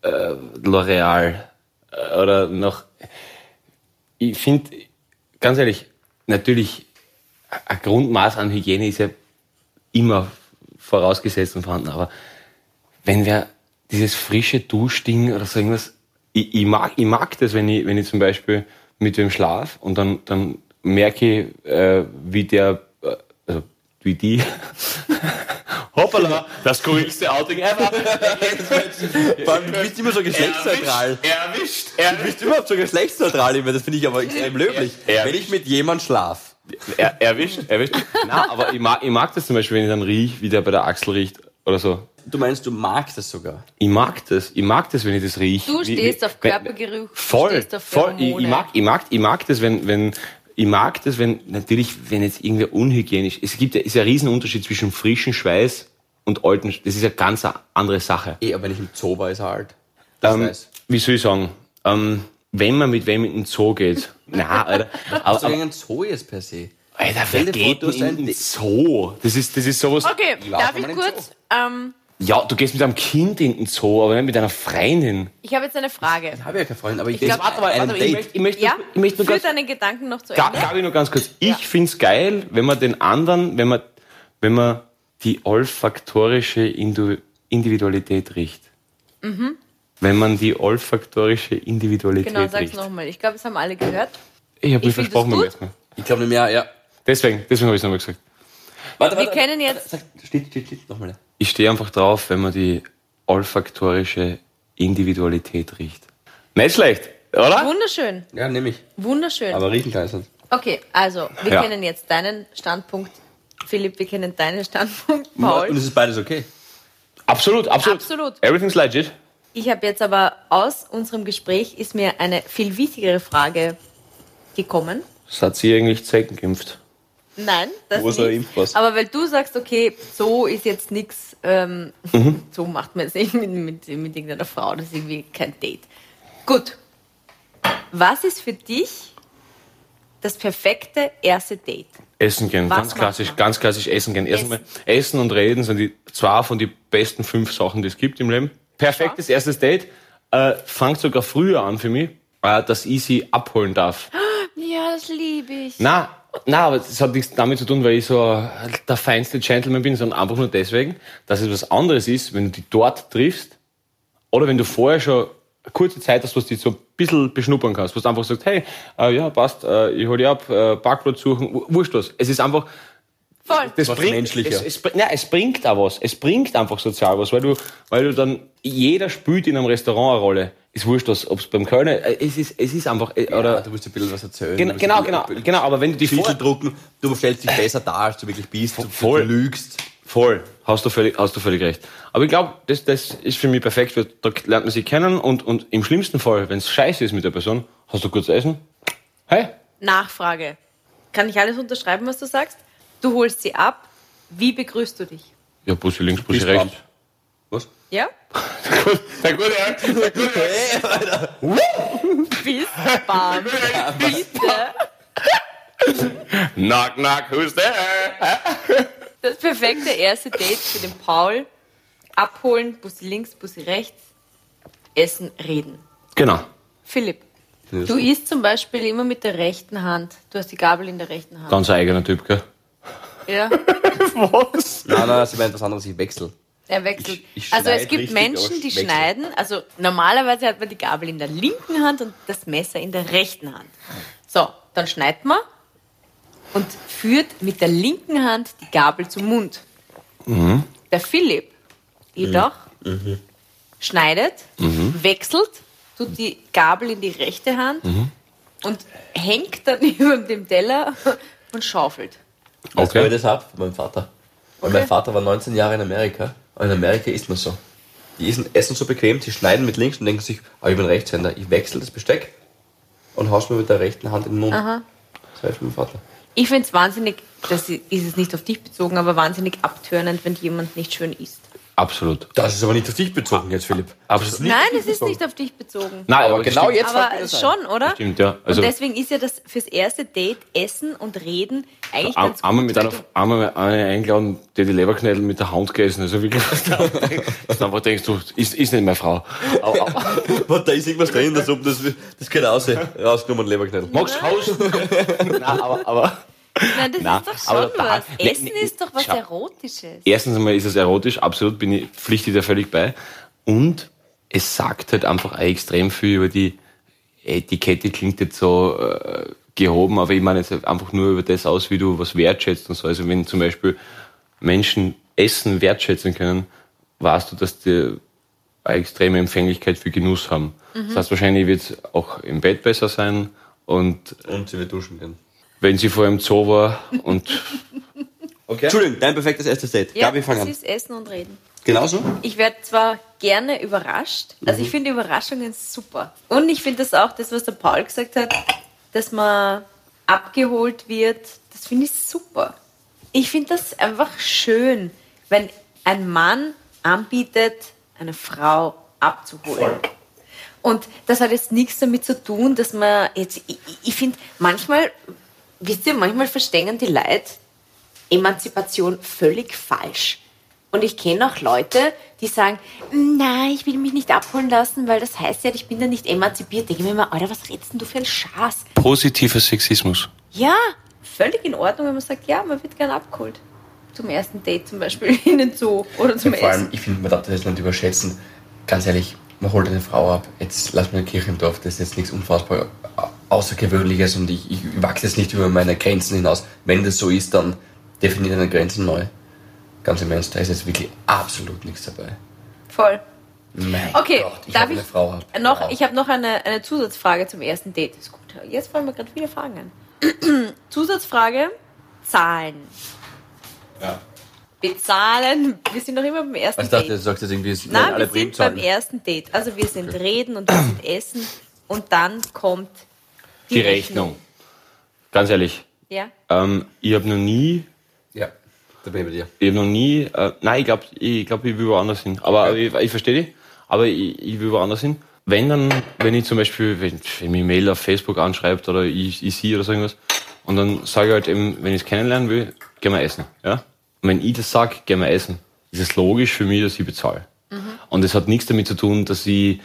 Speaker 1: äh, L'Oreal äh, oder noch. Ich finde, ganz ehrlich, natürlich, ein Grundmaß an Hygiene ist ja immer vorausgesetzt und vorhanden, aber wenn wir dieses frische Duschding oder so irgendwas, ich, ich, mag, ich mag das, wenn ich, wenn ich zum Beispiel mit wem schlaf und dann, dann merke ich, äh, wie der, äh, also wie die, hoppala, das coolste Outing ever,
Speaker 2: Vor allem, du bist immer so geschlechtsneutral.
Speaker 1: erwischt,
Speaker 2: Du
Speaker 1: erwischt,
Speaker 2: bist überhaupt so geschlechtsneutral immer, das finde ich aber extrem löblich.
Speaker 1: Ja.
Speaker 2: Wenn ich mit jemand schlaf.
Speaker 1: er, erwischt, erwischt. Na, aber ich mag, ich mag das zum Beispiel, wenn ich dann riech, wie der bei der Achsel riecht oder so.
Speaker 2: Du meinst, du magst das sogar.
Speaker 1: Ich mag das, ich mag das, wenn ich das rieche.
Speaker 3: Du stehst auf Körpergeruch, du
Speaker 1: Voll,
Speaker 3: stehst auf
Speaker 1: voll. Ich, ich,
Speaker 3: Pheromone.
Speaker 1: mag, ich, mag, ich mag das, wenn, wenn, ich mag das, wenn, natürlich, wenn jetzt irgendwer unhygienisch, es gibt, ja- ist ja ein Riesenunterschied zwischen frischem Schweiß und alten, Sch- das ist ja ganz eine andere Sache.
Speaker 2: Eh, aber wenn ich im Zoo war, ist er alt. Das
Speaker 1: Ähm,
Speaker 2: weiß.
Speaker 1: wie soll ich sagen, ähm, wenn man mit wem in den Zoo geht, na, Alter, aber,
Speaker 2: So
Speaker 1: aber,
Speaker 2: gegen Zoo jetzt per se.
Speaker 1: Alter, wer
Speaker 2: dir vor,
Speaker 1: geht denn
Speaker 2: du hast
Speaker 1: in
Speaker 2: einen
Speaker 1: den
Speaker 2: Di-
Speaker 1: Zoo? Das ist, das ist sowas,
Speaker 3: Okay,
Speaker 2: Lauf
Speaker 3: darf
Speaker 2: mal
Speaker 3: ich
Speaker 2: in den
Speaker 3: kurz? Ähm,
Speaker 1: ja, du gehst mit einem Kind in den Zoo, aber nicht mit einer Freundin.
Speaker 3: ich habe jetzt eine Frage.
Speaker 2: Habe ja keine Freundin, aber ich,
Speaker 3: glaub- also
Speaker 2: denke,
Speaker 3: Warte
Speaker 1: ich möchte, ich möchte,
Speaker 3: Ja,
Speaker 1: ich möchte nur
Speaker 3: führ
Speaker 1: ganz
Speaker 3: deinen Gedanken noch zu
Speaker 1: Ga-
Speaker 3: Ende.
Speaker 1: Gabi, nur ganz kurz. Ich find's geil, wenn man den anderen, wenn man, wenn man die olfaktorische Indu Individualität riecht. Wenn man die olfaktorische Individualität
Speaker 3: Mhm. Genau, sag's
Speaker 1: riecht.
Speaker 3: nochmal. Ich glaube, es haben alle gehört.
Speaker 1: Ich habe
Speaker 3: Ich
Speaker 1: mich
Speaker 3: find
Speaker 1: versprochen
Speaker 3: das
Speaker 1: beim
Speaker 3: gut.
Speaker 1: ersten Mal.
Speaker 2: ich glaube nicht mehr, ja.
Speaker 1: Deswegen, deswegen habe ich es nochmal gesagt.
Speaker 2: Warte,
Speaker 3: Wir kennen jetzt
Speaker 2: Sag, steht, steht, steht, nochmal.
Speaker 1: Ich stehe einfach drauf, wenn man die olfaktorische Individualität riecht. Nicht schlecht, oder?
Speaker 3: wunderschön,
Speaker 2: Ja, nehme ich.
Speaker 3: wunderschön.
Speaker 2: Aber riechen kann ich nicht.
Speaker 3: Okay, also wir
Speaker 1: Ja.
Speaker 3: kennen jetzt deinen Standpunkt, Philipp, wir kennen deinen Standpunkt,
Speaker 2: Und
Speaker 3: Paul.
Speaker 2: es ist beides okay.
Speaker 1: Absolut, absolut.
Speaker 3: Absolut.
Speaker 1: Everything's legit.
Speaker 3: Ich habe jetzt aber aus unserem Gespräch ist mir eine viel wichtigere Frage gekommen.
Speaker 1: Das hat sie eigentlich zeigengeimpft.
Speaker 3: Nein, das
Speaker 2: Wo ist der
Speaker 3: nicht.
Speaker 2: Impfpass?
Speaker 3: Aber weil du sagst, okay, so ist jetzt nichts, ähm,
Speaker 1: Mhm.
Speaker 3: so macht man es nicht mit, mit, mit irgendeiner Frau, das ist irgendwie kein Date. Gut. Was ist für dich das perfekte erste Date?
Speaker 1: Essen gehen,
Speaker 3: Was
Speaker 1: ganz
Speaker 3: macht
Speaker 1: klassisch,
Speaker 3: man?
Speaker 1: ganz klassisch essen gehen. Erstmal Essen und Reden sind die zwei von den besten fünf Sachen, die es gibt im Leben. Perfektes erstes Date. Äh, fangt sogar früher an für mich, äh, dass ich sie abholen darf.
Speaker 3: Ja, das liebe ich.
Speaker 1: Na, na, aber das hat nichts damit zu tun, weil ich so der feinste Gentleman bin, sondern einfach nur deswegen, dass es was anderes ist, wenn du die dort triffst oder wenn du vorher schon eine kurze Zeit hast, wo du die so ein bisschen beschnuppern kannst, wo du einfach sagst, hey, äh, ja, passt, äh, ich hol dich ab, äh, Parkplatz suchen, wu- wurscht was. Es ist einfach,
Speaker 3: Voll.
Speaker 1: das
Speaker 2: Was
Speaker 1: bringt,
Speaker 2: menschlicher.
Speaker 1: Es, es, bringt- nein, es bringt auch was. Es bringt einfach sozial was, weil du, weil du dann, jeder spielt in einem Restaurant eine Rolle. Ist wurscht, ob es beim Kölner, äh, es ist, es ist einfach, äh,
Speaker 2: Oder
Speaker 1: oder,
Speaker 2: du musst ein bisschen was erzählen.
Speaker 1: Gen-
Speaker 2: du musst
Speaker 1: genau,
Speaker 2: ein
Speaker 1: genau,
Speaker 2: bisschen-
Speaker 1: genau, aber wenn du die
Speaker 2: Titel
Speaker 1: vor-
Speaker 2: drucken, du stellst dich besser dar, als du wirklich bist, du,
Speaker 1: Voll.
Speaker 2: du lügst.
Speaker 1: Voll, hast du völlig, hast du völlig recht. Aber ich glaube, das, das ist für mich perfekt, weil da lernt man sich kennen und, und im schlimmsten Fall, wenn es scheiße ist mit der Person, hast du kurz Essen? Hey,
Speaker 3: Nachfrage. Kann ich alles unterschreiben, was du sagst? Du holst sie ab. Wie begrüßt du dich?
Speaker 1: ja, Bussi links, Bussi
Speaker 2: Bist
Speaker 1: rechts.
Speaker 2: dran. Was?
Speaker 3: Ja?
Speaker 1: Na gut, ja.
Speaker 3: Bis bam. Bitte.
Speaker 1: Knock, knock, who's there?
Speaker 3: Das perfekte erste Date für den Paul. Abholen, Bussi links, Bussi rechts. Essen, reden.
Speaker 1: Genau.
Speaker 3: Philipp, du isst zum Beispiel immer mit der rechten Hand. Du hast die Gabel in der rechten Hand.
Speaker 1: Ganz ein eigener Typ, gell?
Speaker 3: Ja,
Speaker 2: Nein, nein, sie meint was anderes, ich wechsle.
Speaker 3: er wechselt.
Speaker 2: Ich- ich
Speaker 3: also es
Speaker 2: schneid
Speaker 3: gibt
Speaker 2: richtig, aber
Speaker 3: Menschen,
Speaker 2: ich
Speaker 3: die
Speaker 2: wechsel.
Speaker 3: schneiden. Also normalerweise hat man die Gabel in der linken Hand und das Messer in der rechten Hand. So, dann schneidet man und führt mit der linken Hand die Gabel zum Mund.
Speaker 2: Mhm.
Speaker 3: Der Philipp jedoch schneidet,
Speaker 2: Mhm.
Speaker 3: wechselt, tut die Gabel in die rechte Hand
Speaker 2: Mhm.
Speaker 3: und hängt dann über dem Teller und schaufelt.
Speaker 2: Weißt du,
Speaker 1: Okay.
Speaker 2: wo ich das hab? Von meinem Vater. Weil mein Vater war 19 Jahre in Amerika. Und in Amerika isst man so. Die essen, essen so bequem, die schneiden mit links und denken sich, ah, ich bin Rechtshänder, ich wechsle das Besteck und hau's mir mit der rechten Hand in den Mund. Das war von meinem Vater.
Speaker 3: Ich finde es wahnsinnig, das ist es nicht auf dich bezogen, aber wahnsinnig abtörnend, wenn jemand nicht schön isst.
Speaker 1: Absolut.
Speaker 2: Das ist aber nicht auf dich bezogen jetzt, Philipp.
Speaker 1: Absolut.
Speaker 2: Nicht
Speaker 3: Nein,
Speaker 2: auf dich
Speaker 3: es ist
Speaker 2: bezogen.
Speaker 3: nicht auf dich bezogen.
Speaker 1: Nein,
Speaker 2: Aber genau
Speaker 1: stimmt,
Speaker 2: jetzt fällt mir
Speaker 3: Aber
Speaker 2: das ein.
Speaker 3: schon, oder?
Speaker 1: Stimmt, ja. Also,
Speaker 3: und deswegen ist ja das fürs erste Date Essen und Reden eigentlich
Speaker 1: Ein-
Speaker 3: ganz gut.
Speaker 1: Einmal mit
Speaker 3: weil
Speaker 1: einer,
Speaker 3: du-
Speaker 1: einmal mit einer eingeladen, die die Leberknädel mit der Hand gegessen Also wirklich, was du einfach denkst, du, ist, ist nicht meine Frau. Aber, aber,
Speaker 2: Warte, da ist irgendwas drin, das, das, das geht raus. Rausgenommen, Leberknädel.
Speaker 1: magst du Hausen? Nein, aber, aber.
Speaker 3: Nein, das
Speaker 1: Na,
Speaker 3: ist doch
Speaker 1: aber
Speaker 3: schon
Speaker 1: total.
Speaker 3: was.
Speaker 1: Nee,
Speaker 3: Essen
Speaker 1: nee,
Speaker 3: ist doch was
Speaker 1: schau.
Speaker 3: Erotisches.
Speaker 1: Erstens einmal ist es erotisch, absolut, bin ich, pflichte ich dir völlig bei. Und es sagt halt einfach auch extrem viel über die Etikette, klingt jetzt so äh, gehoben, aber ich meine jetzt einfach nur über das aus, wie du was wertschätzt und so. Also wenn zum Beispiel Menschen Essen wertschätzen können, weißt du, dass die eine extreme Empfänglichkeit für Genuss haben. Das heißt, wahrscheinlich wird es auch im Bett besser sein und
Speaker 2: Und sie wird duschen gehen.
Speaker 1: wenn sie vor einem Zoo war und
Speaker 2: Okay. Entschuldigung, dein perfektes erstes Date.
Speaker 3: Ja,
Speaker 2: Gabi, fang
Speaker 3: das
Speaker 2: an.
Speaker 3: ist Essen und Reden.
Speaker 2: Genauso?
Speaker 3: Ich werde zwar gerne überrascht, also ich finde Überraschungen super. Und ich finde das auch, das, was der Paul gesagt hat, dass man abgeholt wird, das finde ich super. Ich finde das einfach schön, wenn ein Mann anbietet, eine Frau abzuholen. Und das hat jetzt nichts damit zu tun, dass man jetzt, ich, ich- ich finde, manchmal, wisst ihr, manchmal verstehen die Leute Emanzipation völlig falsch. Und ich kenne auch Leute, die sagen, nein, ich will mich nicht abholen lassen, weil das heißt ja, ich bin ja nicht emanzipiert. Denke ich mir immer, Alter, was redest denn du für einen Schaß?
Speaker 1: positiver Sexismus.
Speaker 3: Ja, völlig in Ordnung, wenn man sagt, ja, man wird gern abgeholt. Zum ersten Date zum Beispiel in den Zoo oder zum
Speaker 2: Vor allem,
Speaker 3: Essen.
Speaker 2: ich finde, man darf das jetzt nicht überschätzen. Ganz ehrlich, man holt eine Frau ab. Jetzt lass mal eine Kirche im Dorf. Das ist jetzt nichts unfassbar Außergewöhnliches und ich, ich wachse jetzt nicht über meine Grenzen hinaus. Wenn das so ist, dann definiert eine Grenzen neu. Ganz im Ernst, da ist jetzt wirklich absolut nichts dabei.
Speaker 3: Voll.
Speaker 2: Mein
Speaker 3: Okay,
Speaker 2: Gott, ich
Speaker 3: darf
Speaker 2: hab
Speaker 3: ich
Speaker 2: eine Frau ab.
Speaker 3: noch, ich habe noch eine, eine Zusatzfrage zum ersten Date. Ist gut. Jetzt fallen mir gerade viele Fragen ein. Zusatzfrage: Zahlen. Bezahlen. Wir sind noch immer beim ersten
Speaker 2: Also Ich dachte, du
Speaker 3: Date.
Speaker 2: sagst jetzt irgendwie, es werden
Speaker 3: Nein,
Speaker 2: alle
Speaker 3: wir sind beim
Speaker 2: Primzahlen.
Speaker 3: ersten Date. Also wir sind reden und wir sind essen und dann kommt
Speaker 1: Die Rechnung. Ganz ehrlich,
Speaker 3: Ja.
Speaker 1: Ähm, ich habe noch nie,
Speaker 3: E-
Speaker 2: Ja, da bin ich bei dir.
Speaker 1: ich hab noch nie, äh, nein, ich glaube, ich, glaub, ich will woanders hin. Aber ich, ich verstehe dich, aber ich, ich will woanders hin. Wenn dann, wenn ich zum Beispiel, wenn, wenn mich Mail auf Facebook anschreibt oder ich, ich sie oder so irgendwas, und dann sage ich halt eben, wenn ich es kennenlernen will, gehen wir essen. Ja? Und wenn ich das sage, gehen wir essen, ist es logisch für mich, dass ich bezahle. Und es hat nichts damit zu tun, dass ich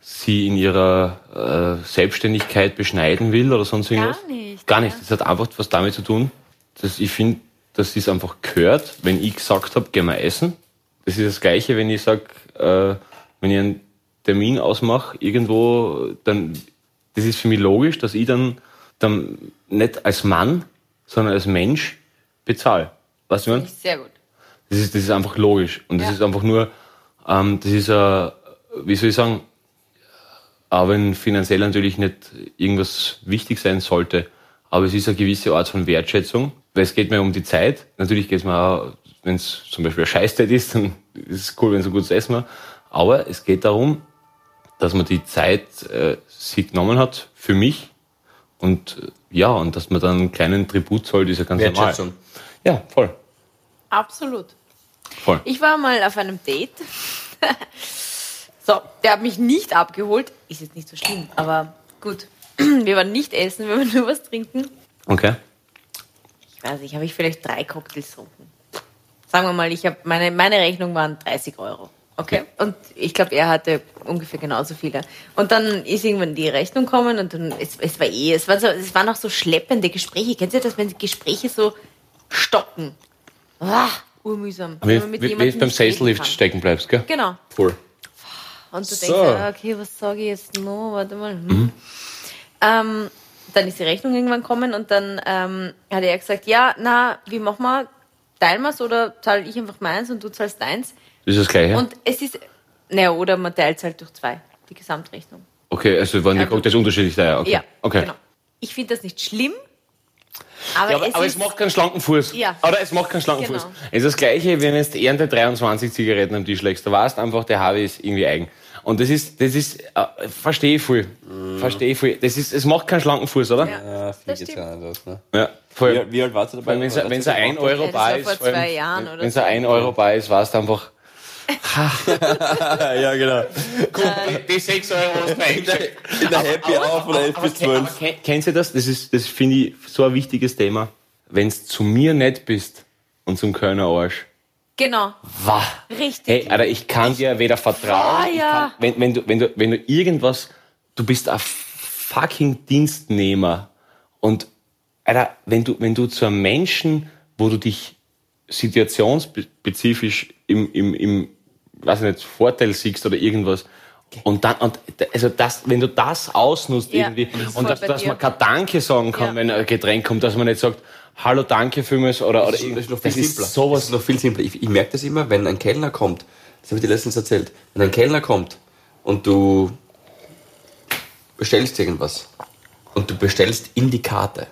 Speaker 1: sie in ihrer äh, Selbstständigkeit beschneiden will oder sonst irgendwas.
Speaker 3: nicht,
Speaker 1: Gar nicht. Das hat einfach was damit zu tun, dass ich finde, dass sie es einfach gehört, wenn ich gesagt habe, gehen wir essen. Das ist das Gleiche, wenn ich sage, äh, wenn ich einen Termin ausmache irgendwo, dann das ist für mich logisch, dass ich dann, dann nicht als Mann, sondern als Mensch bezahle. Weißt du, wie ich mein?
Speaker 3: Sehr gut.
Speaker 1: Das ist, das ist einfach logisch. Und das
Speaker 3: Ja.
Speaker 1: ist einfach nur, ähm, das ist, äh, wie soll ich sagen, auch wenn finanziell natürlich nicht irgendwas wichtig sein sollte, aber es ist eine gewisse Art von Wertschätzung, weil es geht mir um die Zeit. Natürlich geht es mir auch, wenn es zum Beispiel eine Scheißzeit ist, dann ist es cool, wenn es ein gutes Essen war. Aber es geht darum, dass man die Zeit äh, sich genommen hat für mich und äh, ja, und dass man dann einen kleinen Tribut zollt, ist ja ganz normal.
Speaker 2: Wertschätzung.
Speaker 1: Ja, voll,
Speaker 3: Absolut.
Speaker 1: voll.
Speaker 3: Ich war mal auf einem Date. so, der hat mich nicht abgeholt. Ist jetzt nicht so schlimm, aber gut. Wir waren nicht essen, wir waren nur was trinken.
Speaker 1: Okay.
Speaker 3: Ich weiß nicht, habe ich vielleicht drei Cocktails getrunken. Sagen wir mal, ich habe meine, meine Rechnung waren 30 Euro. Okay. Und ich glaube, er hatte ungefähr genauso viele. Und dann ist irgendwann die Rechnung gekommen und dann, es, es war eh, es, war so, es waren auch so schleppende Gespräche. Kennt ihr das, wenn die Gespräche so stocken? Ah, urmühsam.
Speaker 1: Wie,
Speaker 3: Wenn man mit
Speaker 1: wie, wie
Speaker 3: jemandem
Speaker 1: du beim
Speaker 3: nicht reden
Speaker 1: Sales-Lift
Speaker 3: kann.
Speaker 1: stecken bleibst, gell?
Speaker 3: Genau.
Speaker 2: Voll.
Speaker 3: Und du
Speaker 2: So.
Speaker 3: denkst, ah, okay, was sage ich jetzt noch? Warte mal. Hm. Ähm, dann ist die Rechnung irgendwann gekommen und dann ähm, hat er gesagt, ja, na, wie machen wir? Teilen wir es oder zahle ich einfach meins und du zahlst deins?
Speaker 1: Das ist das Gleiche.
Speaker 3: Und es ist, naja, oder man teilt es halt durch zwei, die Gesamtrechnung.
Speaker 1: okay, also waren die
Speaker 3: Also-
Speaker 1: Cocktails unterschiedlich daher. Okay.
Speaker 3: Ja,
Speaker 1: okay.
Speaker 3: genau. Ich finde das nicht schlimm, aber,
Speaker 1: Ja, aber,
Speaker 3: es,
Speaker 1: aber
Speaker 3: ist,
Speaker 1: es macht keinen schlanken Fuß.
Speaker 3: Ja.
Speaker 1: Oder es macht keinen schlanken
Speaker 3: Genau.
Speaker 1: Fuß. Es ist das Gleiche, wenn jetzt Ernte 23 Zigaretten am Tisch legst. Du weißt einfach, der Harvey ist irgendwie eigen. Und das ist, das ist, äh, verstehe ich voll.
Speaker 3: Mhm.
Speaker 1: Verstehe ich voll. Das ist, es macht keinen schlanken Fuß, oder? Ja,
Speaker 2: Ja, viel
Speaker 3: Das
Speaker 2: geht's
Speaker 3: stimmt.
Speaker 2: gar nicht aus, ne?
Speaker 1: voll.
Speaker 2: Wie, wie alt warst du dabei?
Speaker 1: Wenn es ein
Speaker 2: Als ihr das gemacht
Speaker 1: 1 Euro
Speaker 3: Ja, das
Speaker 1: Bar
Speaker 3: war
Speaker 1: ist,
Speaker 3: vor
Speaker 1: vor allem,
Speaker 3: zwei Jahren oder
Speaker 1: wenn es
Speaker 3: so.
Speaker 1: ein 1 Euro Bar ist, weißt du einfach,
Speaker 2: ja, genau.
Speaker 6: Die 6 Euro hast du
Speaker 2: In der, in der Happy Hour von 11 bis 12.
Speaker 1: Ken, kennst du das? Das ist, das finde ich so ein wichtiges Thema. Wenn's zu mir nett bist und zum Kölner Arsch.
Speaker 7: Genau,
Speaker 1: Wah.
Speaker 7: richtig.
Speaker 1: Hey, Alter, ich kann dir weder vertrauen.
Speaker 7: Ah,
Speaker 1: ich
Speaker 7: ja.
Speaker 1: Kann, wenn, wenn, du, wenn, du, wenn du irgendwas, du bist ein fucking Dienstnehmer. Und Alter, wenn du, wenn du zu einem Menschen, wo du dich situationsspezifisch im, im, im weiß ich nicht, Vorteil siehst oder irgendwas. Und dann, und d- also das, wenn du das ausnutzt
Speaker 7: Ja,
Speaker 1: irgendwie
Speaker 7: das ist voll
Speaker 1: und dass,
Speaker 7: bei
Speaker 1: dass
Speaker 7: dir.
Speaker 1: man kein Danke sagen kann,
Speaker 7: Ja.
Speaker 1: wenn ein Getränk kommt, dass man nicht sagt, hallo, danke für mich oder, oder
Speaker 2: Das ist noch viel
Speaker 1: das ist
Speaker 2: simpler.
Speaker 1: sowas
Speaker 2: das ist noch viel simpler. Ich, ich merke das immer, wenn ein Kellner kommt, das habe ich dir letztens erzählt, wenn ein Kellner kommt und du bestellst irgendwas und du bestellst in die Karte,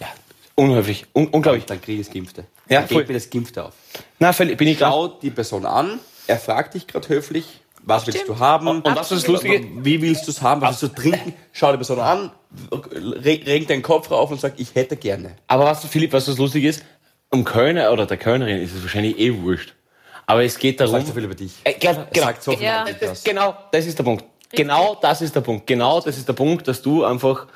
Speaker 1: Ja, unhöflich, un unglaublich.
Speaker 2: dann kriege ich das Gimpfte.
Speaker 1: Ja,
Speaker 2: dann
Speaker 1: voll.
Speaker 2: geht mir das Gimpfte auf.
Speaker 1: Na, völlig, bin ich
Speaker 2: Schau die Person an, er fragt dich gerade höflich, was willst du haben?
Speaker 1: Und das ist das Lustige.
Speaker 2: Wie willst du es haben? Was willst du trinken? Schau die Person an, re reg deinen Kopf auf und sag, ich hätte gerne.
Speaker 1: Aber was, Philipp, was das lustig ist, um Kölner oder der Kölnerin ist es wahrscheinlich eh wurscht. Aber es geht darum.
Speaker 2: Sagt so viel über dich.
Speaker 1: Äh, genau, genau,
Speaker 2: Sagt so viel
Speaker 7: Ja.
Speaker 2: über dich.
Speaker 1: das, genau, das ist der Punkt. Genau das ist der Punkt. Genau das ist der Punkt, dass du einfach,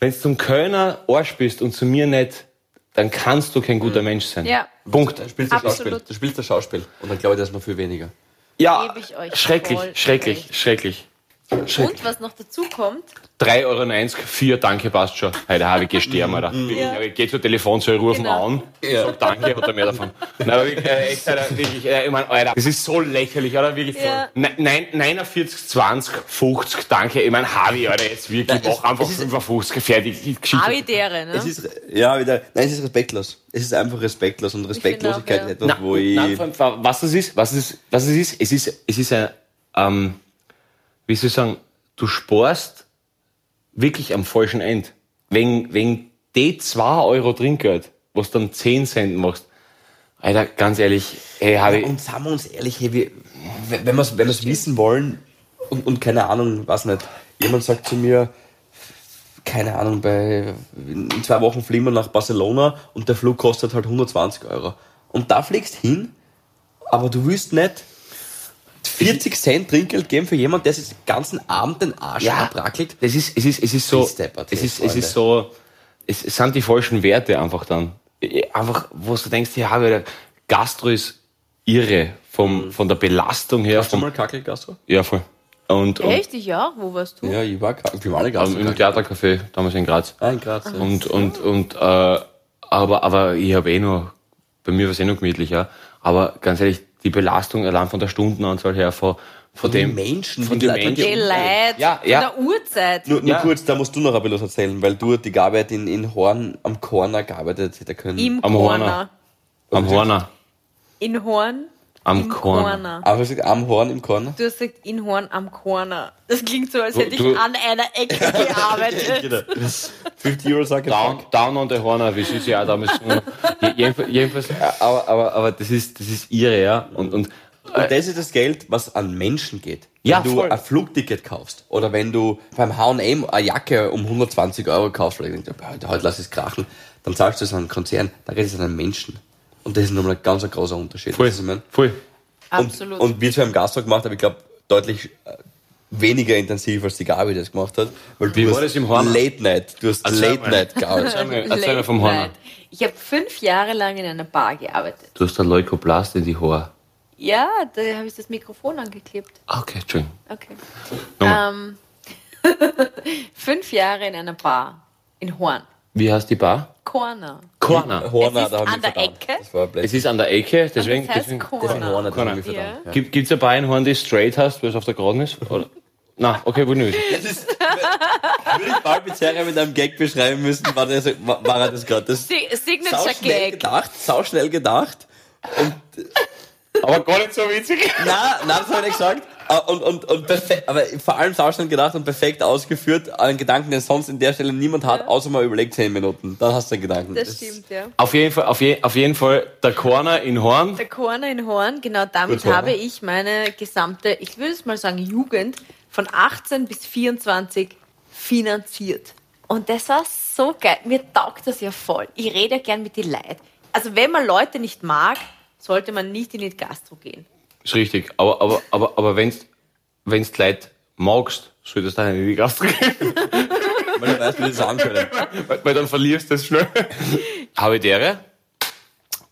Speaker 1: wenn du zum Kölner Arsch bist und zu mir nicht, dann kannst du kein
Speaker 2: Mhm.
Speaker 1: guter Mensch sein.
Speaker 7: Ja.
Speaker 1: Punkt.
Speaker 2: Du spielst das
Speaker 7: Absolut.
Speaker 2: Schauspiel. Du spielst das Schauspiel. Und dann glaube ich, das ist noch viel weniger.
Speaker 1: Ja,
Speaker 7: Geb ich euch
Speaker 1: schrecklich,
Speaker 7: voll
Speaker 1: schrecklich,
Speaker 7: recht.
Speaker 1: schrecklich.
Speaker 3: Und was noch dazu kommt,
Speaker 1: 3,90 Euro, 4, danke, passt schon. Heute habe ich gesterben, Alter. Ich gehe zur Telefonzelle, rufen
Speaker 3: Genau.
Speaker 1: an, sag danke, hat er mehr davon. Nein, aber wirklich, äh, echt, Alter, wirklich, äh, ich mein, Alter, das ist so lächerlich, oder? Wirklich.
Speaker 3: Ja.
Speaker 1: Ne- Nein, 49, 20, 50, danke. Ich meine, Harvey, Alter, jetzt wirklich, mach einfach 55, fertig, die Geschichte.
Speaker 3: Abi deren,
Speaker 2: Es
Speaker 3: ne?
Speaker 2: ist, ja, wieder, nein, es ist respektlos. Es ist einfach respektlos und Respektlosigkeit
Speaker 3: auch,
Speaker 2: ist
Speaker 3: ja.
Speaker 2: etwas,
Speaker 1: Na,
Speaker 2: wo ich.
Speaker 1: na, vor allem, was es ist, was es ist, was es ist, es ist, es ist ein, ähm, wie soll ich sagen, du sporst wirklich am falschen End. Wenn, wenn die 2 Euro Trinkgeld, was dann 10 Cent machst, Alter, ganz ehrlich, ey, hab ich,
Speaker 2: und sagen wir uns ehrlich, hey, wir, wenn wir es wenn wir's wissen wollen und, und keine Ahnung, was nicht, jemand sagt zu mir, keine Ahnung, bei, in zwei Wochen fliegen wir nach Barcelona und der Flug kostet halt 120 Euro. Und da fliegst hin, aber du willst nicht 40 Cent Trinkgeld geben für jemanden, der sich den ganzen Abend den Arsch
Speaker 1: Ja.
Speaker 2: abbrackelt.
Speaker 1: es ist, es ist, es ist so,
Speaker 2: Deppert,
Speaker 1: es
Speaker 2: hey,
Speaker 1: ist, es
Speaker 2: Freunde.
Speaker 1: ist so, es, es sind die falschen Werte einfach dann. Eh, Einfach, wo du denkst, ja, der Gastro ist irre vom, von der Belastung her,
Speaker 2: Mhm. Hast du
Speaker 1: vom,
Speaker 2: mal Kackelgastro?
Speaker 1: ja, voll. Und, und
Speaker 3: Echt? Ich ja? Wo warst du?
Speaker 2: Ja, ich war Kackel. Wir waren alle
Speaker 1: Am- Im Theatercafé, damals in Graz.
Speaker 2: Ah, in Graz. ja.
Speaker 1: Und, und, und, äh, aber, aber ich habe eh noch, bei mir war es eh noch gemütlich, ja. Aber ganz ehrlich, die Belastung allein von der Stundenanzahl her, von, von
Speaker 2: den
Speaker 1: dem.
Speaker 2: Menschen,
Speaker 1: von
Speaker 2: die
Speaker 1: den
Speaker 2: Leute, die-
Speaker 3: Die
Speaker 1: Menschen.
Speaker 3: Leute
Speaker 1: Ja,
Speaker 3: von
Speaker 1: ja.
Speaker 3: der Uhrzeit.
Speaker 2: Nur, nur
Speaker 1: Ja.
Speaker 2: kurz, da musst du noch ein bisschen was erzählen, weil du die Arbeit in, in Horn am Corner gearbeitet hätte können.
Speaker 3: Im
Speaker 1: Am
Speaker 3: Corner.
Speaker 1: Horner. Am Horner.
Speaker 3: In Horn.
Speaker 1: Am
Speaker 3: im
Speaker 1: Corner.
Speaker 2: Aber ich sag, am Horn im Corner.
Speaker 3: Du hast gesagt, in Horn am Corner. Das klingt so, als
Speaker 1: Du-
Speaker 3: hätte ich
Speaker 1: du-
Speaker 3: an einer Ecke gearbeitet.
Speaker 2: 50 Euro sag ich
Speaker 1: Down, down on the Horner, wie sie ja damals. gesungen haben. Jedenfalls, jedenfalls aber, aber, aber das ist, das ist ihre, ja. Und, und,
Speaker 2: Und das ist das Geld, was an Menschen geht. Wenn
Speaker 1: Ja,
Speaker 2: du
Speaker 1: voll.
Speaker 2: ein Flugticket kaufst oder wenn du beim H&M eine Jacke um 120 Euro kaufst, weil ich denke, heute, heute lass es krachen, dann zahlst du es an einen Konzern, da geht es an einen Menschen. Und das ist nochmal ein ganz ein großer Unterschied.
Speaker 1: voll,
Speaker 2: Weißt du, was ich meine?
Speaker 1: voll. Genau.
Speaker 3: Absolut.
Speaker 2: Und, und wir zwei haben Gastro gemacht, aber ich glaube, deutlich äh, weniger intensiv, als die Gabi das gemacht hat. Weil
Speaker 1: Wie
Speaker 2: du
Speaker 1: war
Speaker 2: hast
Speaker 1: das im Horn?
Speaker 2: Late Night. Du hast
Speaker 1: Erzähl
Speaker 2: Late
Speaker 1: mal.
Speaker 2: Night gearbeitet.
Speaker 1: Erzähl mir, erzähl mir vom
Speaker 3: Late
Speaker 1: Horner.
Speaker 3: Night. Ich habe fünf Jahre lang in einer Bar gearbeitet.
Speaker 1: Du hast da Leukoplast in die Haar.
Speaker 3: Ja, da habe ich das Mikrofon angeklebt.
Speaker 1: Ah, Okay, Entschuldigung.
Speaker 3: Okay.
Speaker 1: Nochmal.
Speaker 3: Ähm, fünf Jahre in einer Bar. In Horn.
Speaker 1: Wie heißt die Bar?
Speaker 3: Corner.
Speaker 1: Corner.
Speaker 2: Horner,
Speaker 3: Es ist
Speaker 2: da haben wir
Speaker 3: an der
Speaker 2: verdammt.
Speaker 3: Ecke?
Speaker 2: Das war blöd.
Speaker 1: Es ist an der Ecke, deswegen.
Speaker 3: Also das heißt
Speaker 1: deswegen
Speaker 2: Das war Horner,
Speaker 3: Corner.
Speaker 2: da haben wir
Speaker 3: Ja.
Speaker 2: verdammt.
Speaker 1: Gibt es eine Beinhorn, die straight hast, weil es auf der Geraden ist? Oder? Nein, okay, wollte nicht wissen.
Speaker 2: Das ist, würde ich Paul Pizzerra mit einem Gag beschreiben müssen, war, das, war war er das gerade. Das ist
Speaker 3: Si- Signature
Speaker 2: sauschnell
Speaker 3: Gag.
Speaker 2: gedacht, sauschnell gedacht.
Speaker 1: Aber gar nicht so witzig.
Speaker 2: Na, na, das habe ich nicht gesagt. Ah, Und, und, und perfekt, aber vor allem sauschnell gedacht und perfekt ausgeführt, einen Gedanken, den sonst in der Stelle niemand hat, außer mal überlegt 10 Minuten. Dann hast du einen Gedanken.
Speaker 3: Das stimmt, ja.
Speaker 1: Auf jeden Fall, auf, je, auf jeden Fall der Corner in Horn.
Speaker 3: Der Corner in Horn, genau damit
Speaker 2: Gut, Horner.
Speaker 3: habe ich meine gesamte, ich würde es mal sagen, Jugend von 18 bis 24 finanziert. Und das war so geil. Mir taugt das ja voll. Ich rede ja gern mit den Leuten. Also wenn man Leute nicht mag, sollte man nicht in die Gastro gehen.
Speaker 1: Ist richtig. Aber, aber, aber, aber wenn's, wenn's Leid magst, solltest du dann in die Gast gehen.
Speaker 2: Weil er weiß, wie das anschaltet.
Speaker 1: Weil, weil dann verlierst du es schnell. Habitäre,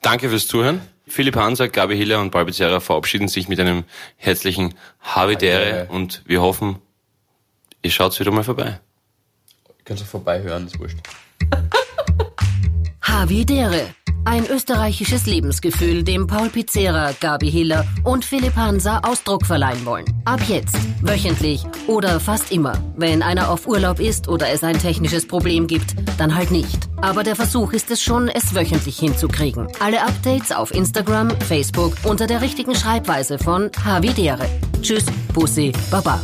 Speaker 1: danke fürs Zuhören. Philipp Hanser, Gabi Hiller und Paul Becerra verabschieden sich mit einem herzlichen Habitäre
Speaker 2: Habitäre.
Speaker 1: und wir hoffen, ihr schaut wieder mal vorbei.
Speaker 2: Kannst du vorbeihören, ist wurscht.
Speaker 5: Havidere. Ein österreichisches Lebensgefühl, dem Paul Pizzera, Gabi Hiller und Philipp Hansa Ausdruck verleihen wollen. Ab jetzt, wöchentlich oder fast immer. Wenn einer auf Urlaub ist oder es ein technisches Problem gibt, dann halt nicht. Aber der Versuch ist es schon, es wöchentlich hinzukriegen. Alle Updates auf Instagram, Facebook unter der richtigen Schreibweise von Havidere. Tschüss, Bussi, Baba.